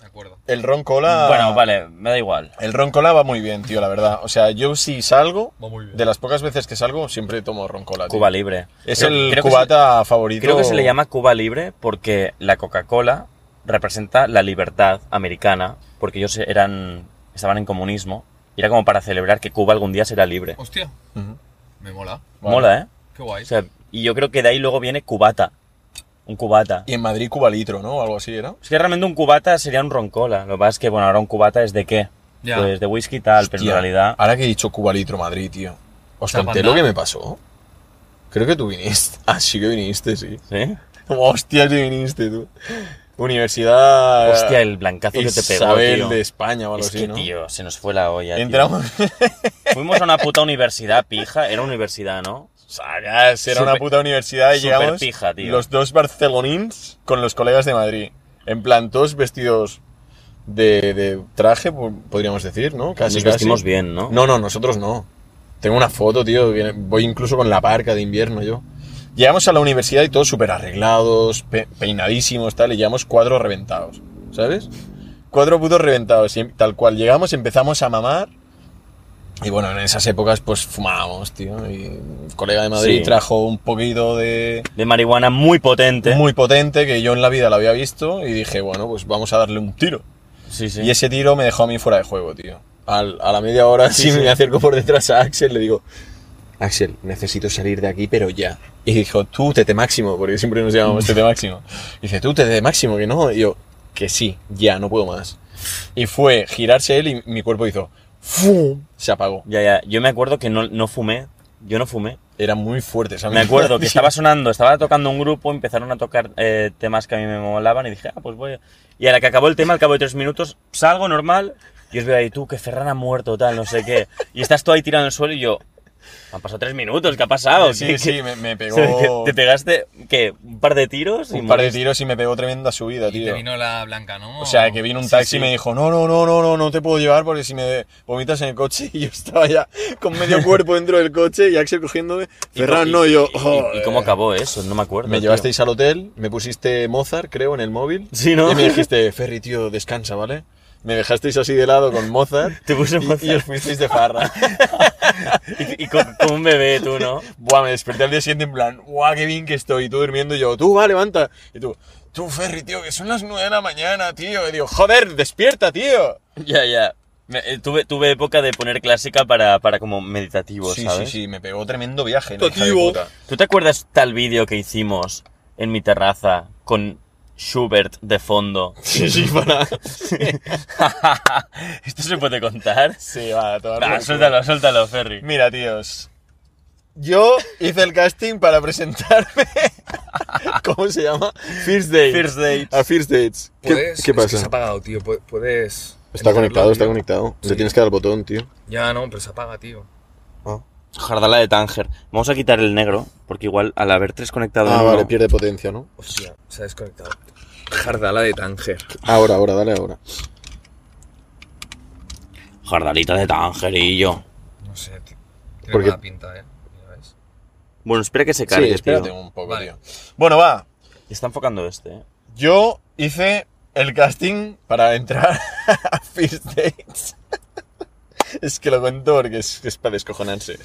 S1: Me acuerdo.
S2: El ron cola.
S3: Bueno, vale, me da igual.
S2: El ron cola va muy bien, tío, la verdad. O sea, yo si salgo,
S1: Va muy bien.
S2: de las pocas veces que salgo, siempre tomo ron cola. tío.
S3: Cuba Libre.
S2: Es
S3: Creo-
S2: el
S3: creo que se-
S2: cubata favorito.
S3: Creo que se le llama Cuba Libre porque la Coca-Cola representa la libertad americana, porque ellos eran estaban en comunismo, y era como para celebrar que Cuba algún día será libre.
S1: Hostia,
S2: Ujú.
S1: me mola.
S2: Vale.
S3: Mola, ¿eh?
S1: Qué guay.
S3: O sea, y yo creo que de ahí luego viene cubata. Un cubata.
S2: Y en Madrid, Cuba litro, ¿no? Algo así era.
S3: Es que realmente un cubata sería un roncola. Lo que pasa es que, bueno, ahora un cubata es de qué?
S1: Ya.
S3: Pues de whisky y tal, pero en
S2: Tía,
S3: realidad...
S2: Ahora que he dicho Cuba litro Madrid, tío. Os conté
S1: Chapandá.
S2: lo que me pasó. Creo que tú viniste. Ah, sí que viniste, sí.
S3: ¿Sí?
S2: Hostia, que viniste tú. Universidad.
S3: Hostia, el blancazo que te pegó,
S2: Isabel
S3: tío.
S2: de España o algo
S3: Es
S2: así,
S3: que,
S2: ¿no?
S3: tío, se nos fue la olla. tío.
S2: Entramos.
S3: Fuimos a una puta universidad pija. Era universidad, ¿no?
S2: Sacas, era una
S3: Súper-
S2: puta universidad y
S3: súper
S2: llegamos
S3: pija, tío.
S2: los dos barcelonins con los colegas de Madrid. En plan, todos vestidos de, de traje, po- podríamos decir, ¿no? Casi,
S3: Nos
S2: casi.
S3: vestimos bien, ¿no?
S2: No, no, nosotros no. Tengo una foto, tío. viene- Voy incluso con la parca de invierno yo. Llegamos a la universidad y todos súper arreglados, pe- peinadísimos, tal, y llevamos cuadros reventados, ¿sabes? Cuatro putos reventados, y tal cual. Llegamos, empezamos a mamar. Y bueno, en esas épocas pues fumábamos, tío. Y un colega de Madrid
S3: Sí.
S2: trajo un poquito de...
S3: De marihuana muy potente.
S2: Muy potente que yo en la vida la había visto y dije, bueno, pues vamos a darle un tiro.
S3: Sí, sí.
S2: Y ese tiro me dejó a mí fuera de juego, tío. Al- a la media hora, sí, me acerco por detrás a Axel, le digo, Axel, necesito salir de aquí, pero ya. Y dijo, tú, Tete Máximo, porque siempre nos llamamos Tete Máximo. Y dice, tú, Tete Máximo, que no. Y yo, que sí, ya, no puedo más. Y fue girarse él y mi cuerpo hizo, ¡fum! Se apagó.
S3: Ya, ya. Yo me acuerdo que no, no fumé. Yo no fumé.
S2: era muy fuerte. esa
S3: Me acuerdo que
S2: melodía.
S3: estaba sonando, estaba tocando un grupo, empezaron a tocar eh, temas que a mí me molaban y dije, ah, pues voy. a-". Y a la que acabó el tema, al cabo de tres minutos, salgo normal y os veo ahí, tú, que Ferran ha muerto, tal, no sé qué. Y estás tú ahí tirado en el suelo y yo, han pasado tres minutos, ¿qué ha pasado?
S2: Sí,
S3: ¿Qué-
S2: sí,
S3: qué-".
S2: me, me
S3: O sea, que
S2: pegó
S3: Te pegaste, ¿qué? Oh. ¿Un par de tiros? y
S2: un par de
S3: moriste.
S2: tiros y me pegó tremenda subida,
S1: Y te
S2: tío.
S1: vino la blanca, ¿no?
S2: O sea, que vino un
S3: Sí,
S2: taxi
S3: sí.
S2: y me dijo, no, no, no, no, no, no te puedo llevar porque si me vomitas en el coche y yo estaba ya con medio cuerpo dentro del coche y Axel cogiéndome,
S3: Y co-
S2: Ferran,
S3: y-
S2: no, y yo,
S3: y- y,
S2: joder.
S3: cómo acabó eso? No me acuerdo.
S2: Me
S3: tío.
S2: llevasteis al hotel, me pusiste Mozart, creo, en el móvil.
S3: Sí, ¿no?
S2: Y me dijiste, Ferry, tío, descansa, ¿vale? Me dejasteis así de lado con Mozart.
S3: Te puse
S2: y-
S3: Mozart.
S2: Y, os fuisteis de farra.
S3: Y, y co- como un bebé, tú, ¿no?
S2: Buah, me desperté al día siguiente en plan, guau, qué bien que estoy. Y tú durmiendo y yo, tú, va, levanta. Y tú, tú, Ferry, tío, que son las nueve de la mañana, tío. Y digo, joder, despierta, tío.
S3: Ya, ya. Me- eh, tuve, tuve época de poner clásica para, para como meditativo,
S2: Sí, sí,
S3: ¿sabes?
S2: sí, me pegó tremendo viaje. la
S4: Tío,
S2: hija de
S4: tío.
S2: puta.
S3: ¿Tú te acuerdas tal vídeo que hicimos en mi terraza con Schubert de fondo?
S2: Sí, sí, para.
S3: ¿Esto se puede contar?
S2: Sí, va, a tomar
S3: Ah,
S2: por culo.
S3: suéltalo, suéltalo, Ferry.
S2: Mira, tíos. Yo hice el casting para presentarme. ¿Cómo se llama? First Dates. Pues,
S3: First Dates.
S2: A First Dates. ¿Qué,
S1: ¿Puedes?
S2: qué
S1: Es que se
S2: pasa?
S1: ha apagado, tío. Pu- Puedes.
S2: Está
S1: encenderlo,
S2: conectado, está
S1: tío.
S2: conectado. Le tienes que dar al botón, tío.
S1: Ya, no, pero se apaga, tío.
S3: Jardala de Tánger. Vamos a quitar el negro, porque igual al haber tres conectados...
S2: Ah,
S3: en uno-
S2: vale, pierde potencia, ¿no?
S1: Hostia, se ha desconectado. Jardala de Tánger.
S2: Ahora, ahora, dale ahora.
S3: Jardalita de Tánger y yo.
S1: No sé, tío. Tiene
S2: Porque-
S1: mala pinta, eh. Ya ves.
S3: Bueno, espera que se cargue,
S2: sí, espérate
S3: tío.
S2: un poco,
S1: Vale.
S2: tío. Bueno, va.
S3: Está enfocando este, ¿eh?
S2: Yo hice el casting para entrar a First Dates. Es que lo cuento porque es, es para descojonarse.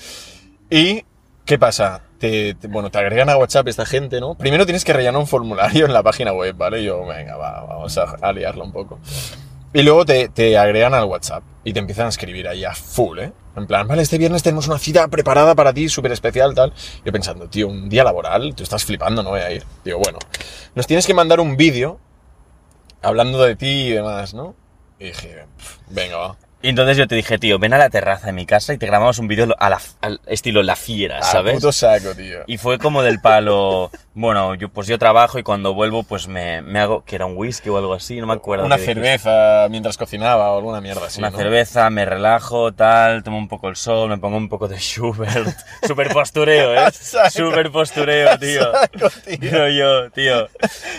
S2: ¿Y qué pasa? Te, te- bueno, te agregan a WhatsApp esta gente, ¿no? Primero tienes que rellenar un formulario en la página web, ¿vale? Yo, venga, va, vamos a, a liarlo un poco. Y luego te, te agregan al WhatsApp y te empiezan a escribir ahí a full, ¿eh? En plan, vale, este viernes tenemos una cita preparada para ti, súper especial, tal. Yo pensando, tío, un día laboral, tú estás flipando, no voy a ir. Digo, bueno, nos tienes que mandar un vídeo hablando de ti y demás, ¿no? Y dije, "Pf, venga, va.
S3: Y entonces yo te dije, tío, ven a la terraza de mi casa y te grabamos un vídeo a la- al estilo La Fiera,
S2: Al
S3: ¿sabes?
S2: puto saco, tío.
S3: Y fue como del palo, bueno, yo, pues yo trabajo y cuando vuelvo pues me, me hago, que era un whisky o algo así, no me acuerdo.
S2: Una
S3: qué dijiste.
S2: cerveza mientras cocinaba o alguna mierda así.
S3: Una
S2: ¿no?
S3: cerveza, me relajo, tal, tomo un poco el sol, me pongo un poco de Schubert. Super postureo, ¿eh?
S2: A saco.
S3: Super postureo, tío.
S2: Saco, tío.
S3: Pero yo, tío.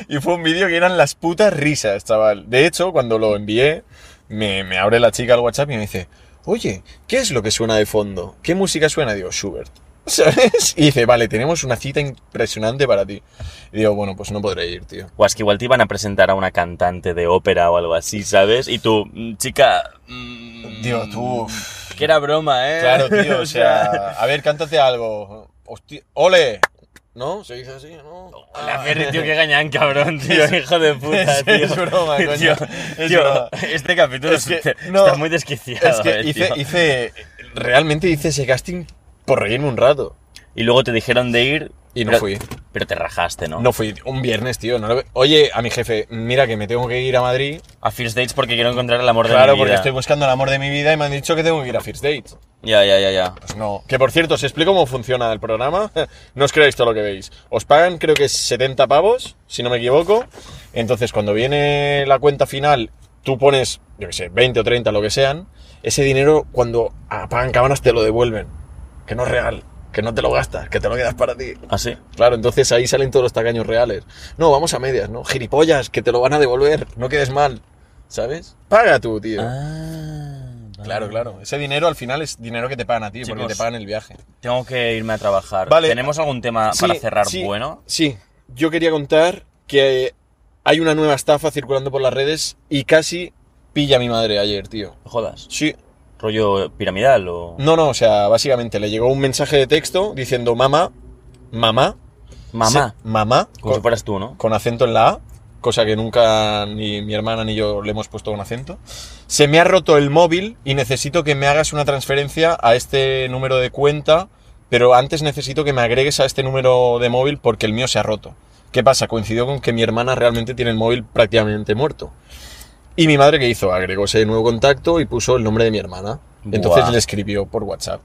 S2: Y fue un vídeo que eran las putas risas, chaval. De hecho, cuando lo envié, me, me abre la chica al WhatsApp y me dice, oye, ¿qué es lo que suena de fondo? ¿Qué música suena? Digo, Schubert. ¿Sabes? Y dice, vale, tenemos una cita impresionante para ti. Y digo, bueno, pues no podré ir, tío.
S3: O es que igual te iban a presentar a una cantante de ópera o algo así, ¿sabes? Y tú, mm, chica... mm,
S2: Digo, tú,
S3: Que era broma, ¿eh?
S2: Claro, tío, o sea, a ver, cántate algo. Hostia, ole. ¿No? ¿Se dice así? ¿No?
S3: La
S2: Ah.
S3: Ferry, tío, que gañán, cabrón, tío, hijo de puta,
S2: es-
S3: tío.
S2: es broma, coño,
S3: Tío,
S2: es
S3: tío,
S2: broma.
S3: este capítulo
S2: Es que-
S3: se-
S2: no,
S3: está muy desquiciado,
S2: Es que
S3: eh,
S2: hice,
S3: tío.
S2: hice, realmente hice ese casting por reírme un rato.
S3: Y luego te dijeron de ir...
S2: Y no
S3: pero-
S2: fui.
S3: Pero te rajaste, ¿no?
S2: No fui un viernes, tío. no lo ve- Oye, a mi jefe, mira que me tengo que ir a Madrid.
S3: A First Dates porque quiero encontrar el amor de
S2: Claro,
S3: mi vida.
S2: porque estoy buscando el amor de mi vida y me han dicho que tengo que ir a First Date.
S3: Ya, ya, ya, ya.
S2: Pues no. Que por cierto, os explico cómo funciona el programa. No os creáis todo lo que veis. Os pagan, creo que 70 pavos, si no me equivoco. Entonces, cuando viene la cuenta final, tú pones, yo qué sé, 20 o 30, lo que sean. Ese dinero, cuando apagan cámaras, te lo devuelven. Que no es real. Que no te lo gastas, que te lo quedas para ti.
S3: ¿Así?
S2: Claro, entonces ahí salen todos los tacaños reales. No, vamos a medias, ¿no? Gilipollas, que te lo van a devolver. No quedes mal. ¿Sabes? Paga tú,
S3: Ah,
S2: tío. Claro, claro. Ese dinero al final es dinero que te pagan a ti, porque
S3: Chicos,
S2: te pagan el viaje.
S3: Tengo que irme a trabajar.
S2: Vale.
S3: ¿Tenemos algún tema
S2: Sí,
S3: Ah, para cerrar
S2: sí,
S3: bueno?
S2: Sí, yo quería contar que hay una nueva estafa circulando por las redes y casi pilla a mi madre ayer, tío.
S3: No jodas.
S2: Sí.
S3: ¿Rollo piramidal o...?
S2: No, no, o sea, básicamente le llegó un mensaje de texto diciendo mamá, mamá,
S3: Mamá.
S2: se- mamá,
S3: Como si
S2: con,
S3: fueras tú, ¿no?
S2: con acento en la A, cosa que nunca ni mi hermana ni yo le hemos puesto con acento. Se me ha roto el móvil y necesito que me hagas una transferencia a este número de cuenta, pero antes necesito que me agregues a este número de móvil porque el mío se ha roto. ¿Qué pasa? Coincidió con que mi hermana realmente tiene el móvil prácticamente muerto. Y mi madre, ¿qué hizo? Agregó ese nuevo contacto y puso el nombre de mi hermana. Entonces
S3: Buah.
S2: le escribió por WhatsApp.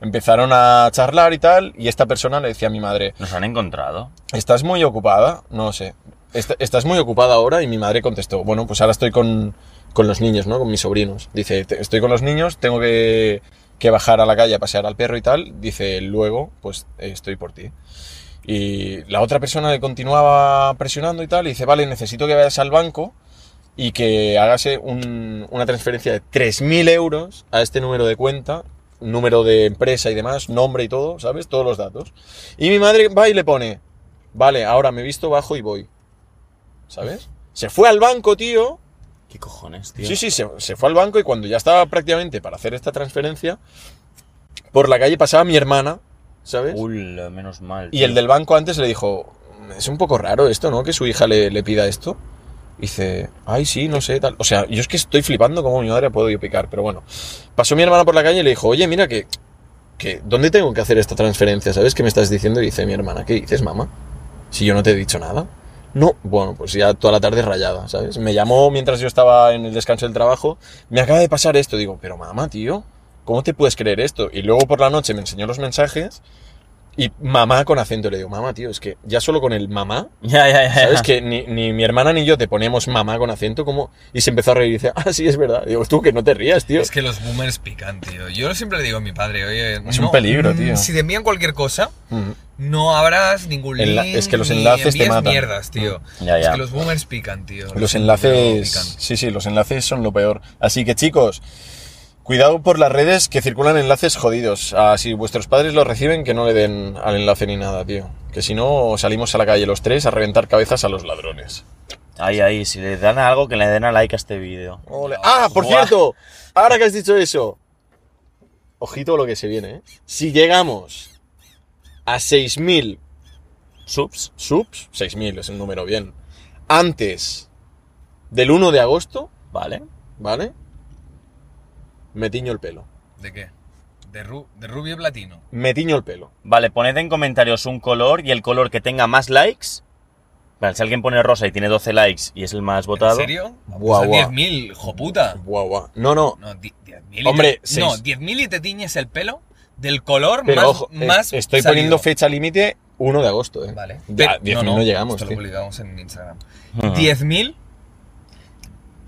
S2: Empezaron a charlar y tal, y esta persona le decía a mi madre,
S3: Nos han encontrado.
S2: ¿estás muy ocupada? No lo sé. "Est- ¿Estás muy ocupada ahora? Y mi madre contestó, bueno, pues ahora estoy con, con los niños, ¿no? Con mis sobrinos. Dice, "Te- estoy con los niños, tengo que, que bajar a la calle a pasear al perro y tal. Dice, luego, pues eh, estoy por ti. Y la otra persona le continuaba presionando y tal, y dice, vale, necesito que vayas al banco y que hágase un- una transferencia de 3.000 euros a este número de cuenta, número de empresa y demás, nombre y todo, ¿sabes? Todos los datos. Y mi madre va y le pone, vale, ahora me he visto, bajo y voy. ¿Sabes? Se fue al banco, tío.
S3: ¿Qué cojones, tío?
S2: Sí, sí, se, se fue al banco y cuando ya estaba prácticamente para hacer esta transferencia, por la calle pasaba mi hermana, ¿sabes?
S3: Ula, menos mal.
S2: Y
S3: tío.
S2: el del banco antes le dijo, es un poco raro esto, ¿no? Que su hija le, le pida esto. Y dice, ay, sí, no sé, tal. O sea, yo es que estoy flipando cómo mi madre ha podido picar, pero bueno. Pasó mi hermana por la calle y le dijo, oye, mira que, que, ¿dónde tengo que hacer esta transferencia? ¿Sabes qué me estás diciendo? Y dice mi hermana, ¿qué dices, mamá? Si yo no te he dicho nada. No, bueno, pues ya toda la tarde rayada, ¿sabes? Me llamó mientras yo estaba en el descanso del trabajo, me acaba de pasar esto, digo, pero mamá, tío, ¿cómo te puedes creer esto? Y luego por la noche me enseñó los mensajes y mamá con acento le digo, mamá, tío, es que ya solo con el mamá,
S3: Ya, ya, ya.
S2: ¿sabes?
S3: ya.
S2: que ni, ni mi hermana ni yo te ponemos mamá con acento, como... Y se empezó a reír y dice, ah, sí, es verdad. Digo, tú que no te rías, tío.
S1: Es que los boomers pican, tío. Yo siempre le digo a mi padre, oye...
S2: Es un peligro,
S1: mm,
S2: tío.
S1: Si te envían cualquier cosa,
S2: Mm.
S1: no abras ningún link,
S2: Enla- es que los
S1: ni
S2: enlaces te
S1: envíes
S2: matan. Mm,
S1: mierdas, tío.
S3: Ya,
S1: Es
S3: ya.
S1: que los boomers pican, tío.
S2: Los
S1: boomers
S2: enlaces...
S1: pican.
S2: Sí, sí, los enlaces son lo peor. Así que, chicos, cuidado por las redes que circulan enlaces jodidos. Ah, si vuestros padres los reciben, que no le den al enlace ni nada, tío. Que si no, salimos a la calle los tres a reventar cabezas a los ladrones.
S3: Ahí, ahí. Si le dan algo, que le den a like a este vídeo.
S2: Ole. Ah, por
S3: Guau.
S2: cierto, ahora que has dicho eso, ojito a lo que se viene. ¿eh? Si llegamos a 6.000
S3: Subs.
S2: subs, 6.000 es un número bien, antes del 1 de agosto,
S3: Vale.
S2: ¿vale? Me tiño el pelo.
S1: ¿De qué? De, ru- de rubio y platino.
S2: Me tiño el pelo.
S3: Vale, poned en comentarios un color y el color que tenga más likes. Vale, si alguien pone rosa y tiene 12 likes y es el más votado.
S1: ¿En serio?
S2: Buah,
S1: Pues
S2: buah.
S1: 10.000, joputa.
S2: Guau, guau. No, no.
S1: No, di- 10.000. y
S2: Hombre,
S1: te- No,
S2: seis.
S1: 10.000 y te tiñes el pelo del color
S2: Pero
S1: más,
S2: ojo, es-
S1: más
S2: estoy
S1: salido.
S2: poniendo fecha límite 1 de agosto, ¿eh?
S1: Vale.
S2: Ya,
S1: Pero-
S2: 10.000 no, llegamos,
S1: Esto
S2: tío.
S1: lo publicamos en Instagram.
S3: Ujú.
S1: 10.000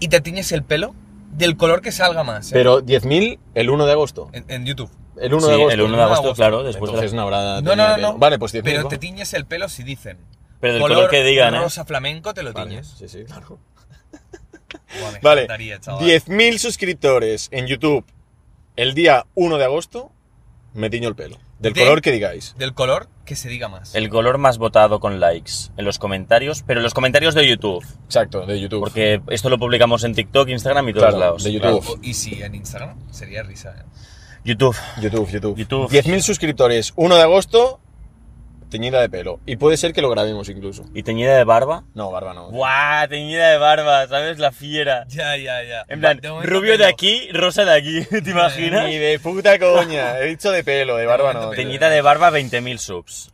S1: y te tiñes el pelo del color que salga más. ¿eh?
S2: Pero 10.000 el 1 de agosto.
S1: en, en YouTube.
S2: El 1
S3: Sí,
S2: de agosto. Ah,
S3: el 1 de agosto, claro. Después de la-
S2: Entonces no
S3: Ah,
S2: habrá...
S1: No, no, no, no.
S2: Vale, pues 10.000.
S1: Pero
S2: va.
S1: te tiñes el pelo si dicen.
S3: Pero del color que digan, ¿eh?
S1: rosa flamenco te lo tiñes.
S2: Sí, sí, claro.
S1: Buah, me
S2: Vale,
S1: encantaría, chaval.
S2: 10.000 suscriptores en YouTube el día 1 de agosto, me tiño el pelo. Del
S1: De-
S2: color que digáis.
S1: Del color que se diga más.
S3: El color más votado con likes en los comentarios, pero en los comentarios de YouTube.
S2: Exacto, de YouTube.
S3: Porque esto lo publicamos en TikTok, Instagram y todos
S2: Claro,
S3: lados.
S2: de
S1: Claro,
S2: YouTube.
S1: o- y si en Instagram sería risa. ¿eh?
S3: YouTube.
S2: YouTube, YouTube.
S3: YouTube.
S2: 10.000 suscriptores, 1 de agosto, teñida de pelo. Y puede ser que lo grabemos incluso.
S3: ¿Y teñida de barba?
S2: No, barba no.
S3: ¡Guau! Teñida de barba, ¿sabes? La fiera.
S1: Ya, ya, ya.
S3: En plan,
S1: De momento
S3: rubio de
S1: pelo.
S3: aquí, rosa de aquí, ¿te imaginas?
S2: Ni de puta coña. He dicho de pelo, de barba no.
S1: momento pelo.
S3: Teñida de barba, 20.000 subs.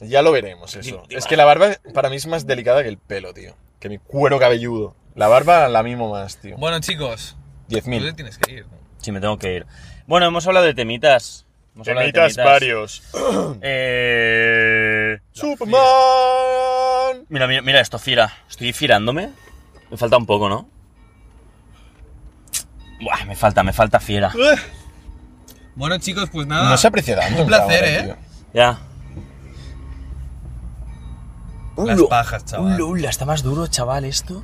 S2: Ya lo veremos eso.
S3: Ni- ni
S2: Es
S3: va.
S2: que la barba para mí es más delicada que el pelo, tío. Que mi cuero cabelludo. La barba la mimo más, tío.
S1: Bueno, chicos, tú te
S2: 10.000.
S1: tienes que ir. ¿no?
S3: Sí, me tengo que ir. Bueno, hemos hablado de temitas. Hemos hablado de
S2: varios.
S3: Eh...
S2: Superman.
S3: Mira, mira, mira esto, fira. Estoy firándome. Me falta un poco, ¿no? Buah, me falta, me falta fiera.
S1: Bueno, chicos, pues nada.
S2: No se aprecia tanto.
S1: Un placer,
S2: cabrón,
S1: ¿eh?
S2: tío.
S3: Ya.
S1: Las pajas, chaval.
S3: Lula, está más duro, chaval, esto.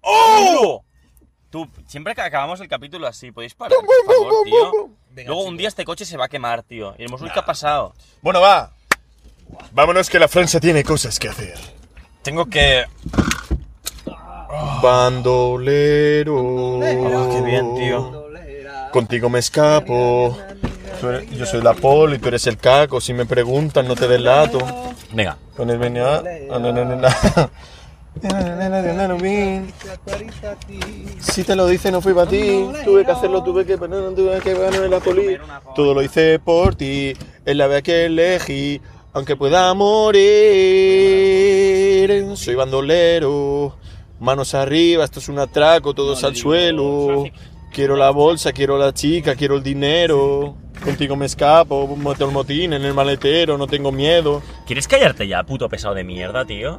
S3: ¡Oh! Tú, siempre que acabamos el capítulo así, podéis parar, por favor, tío.
S1: Venga,
S3: Luego un
S1: chicos.
S3: día este coche se va a quemar, tío. Y hemos visto qué ha pasado.
S2: Bueno, va. Vámonos que la Francia tiene cosas que hacer.
S3: Tengo que.
S2: Bandolero.
S3: Oh, qué bien, tío.
S2: Contigo me escapo. Tú eres- yo soy la polo y tú eres el caco. Si me preguntan, no te delato.
S3: Venga.
S2: Con el venía. ah, no, no, no, no. Si te lo dice, no fui para ti. Tuve que hacerlo, tuve que poner, tuve que poner la poli. Todo lo hice por ti. Es la vez que elegí. Aunque pueda morir. Soy bandolero. Manos arriba, esto es un atraco, todos al suelo. Quiero la bolsa, quiero la chica, quiero el dinero. Contigo me escapo, mato el motín en el maletero, no tengo miedo.
S3: ¿Quieres callarte ya, puto pesado de mierda, tío?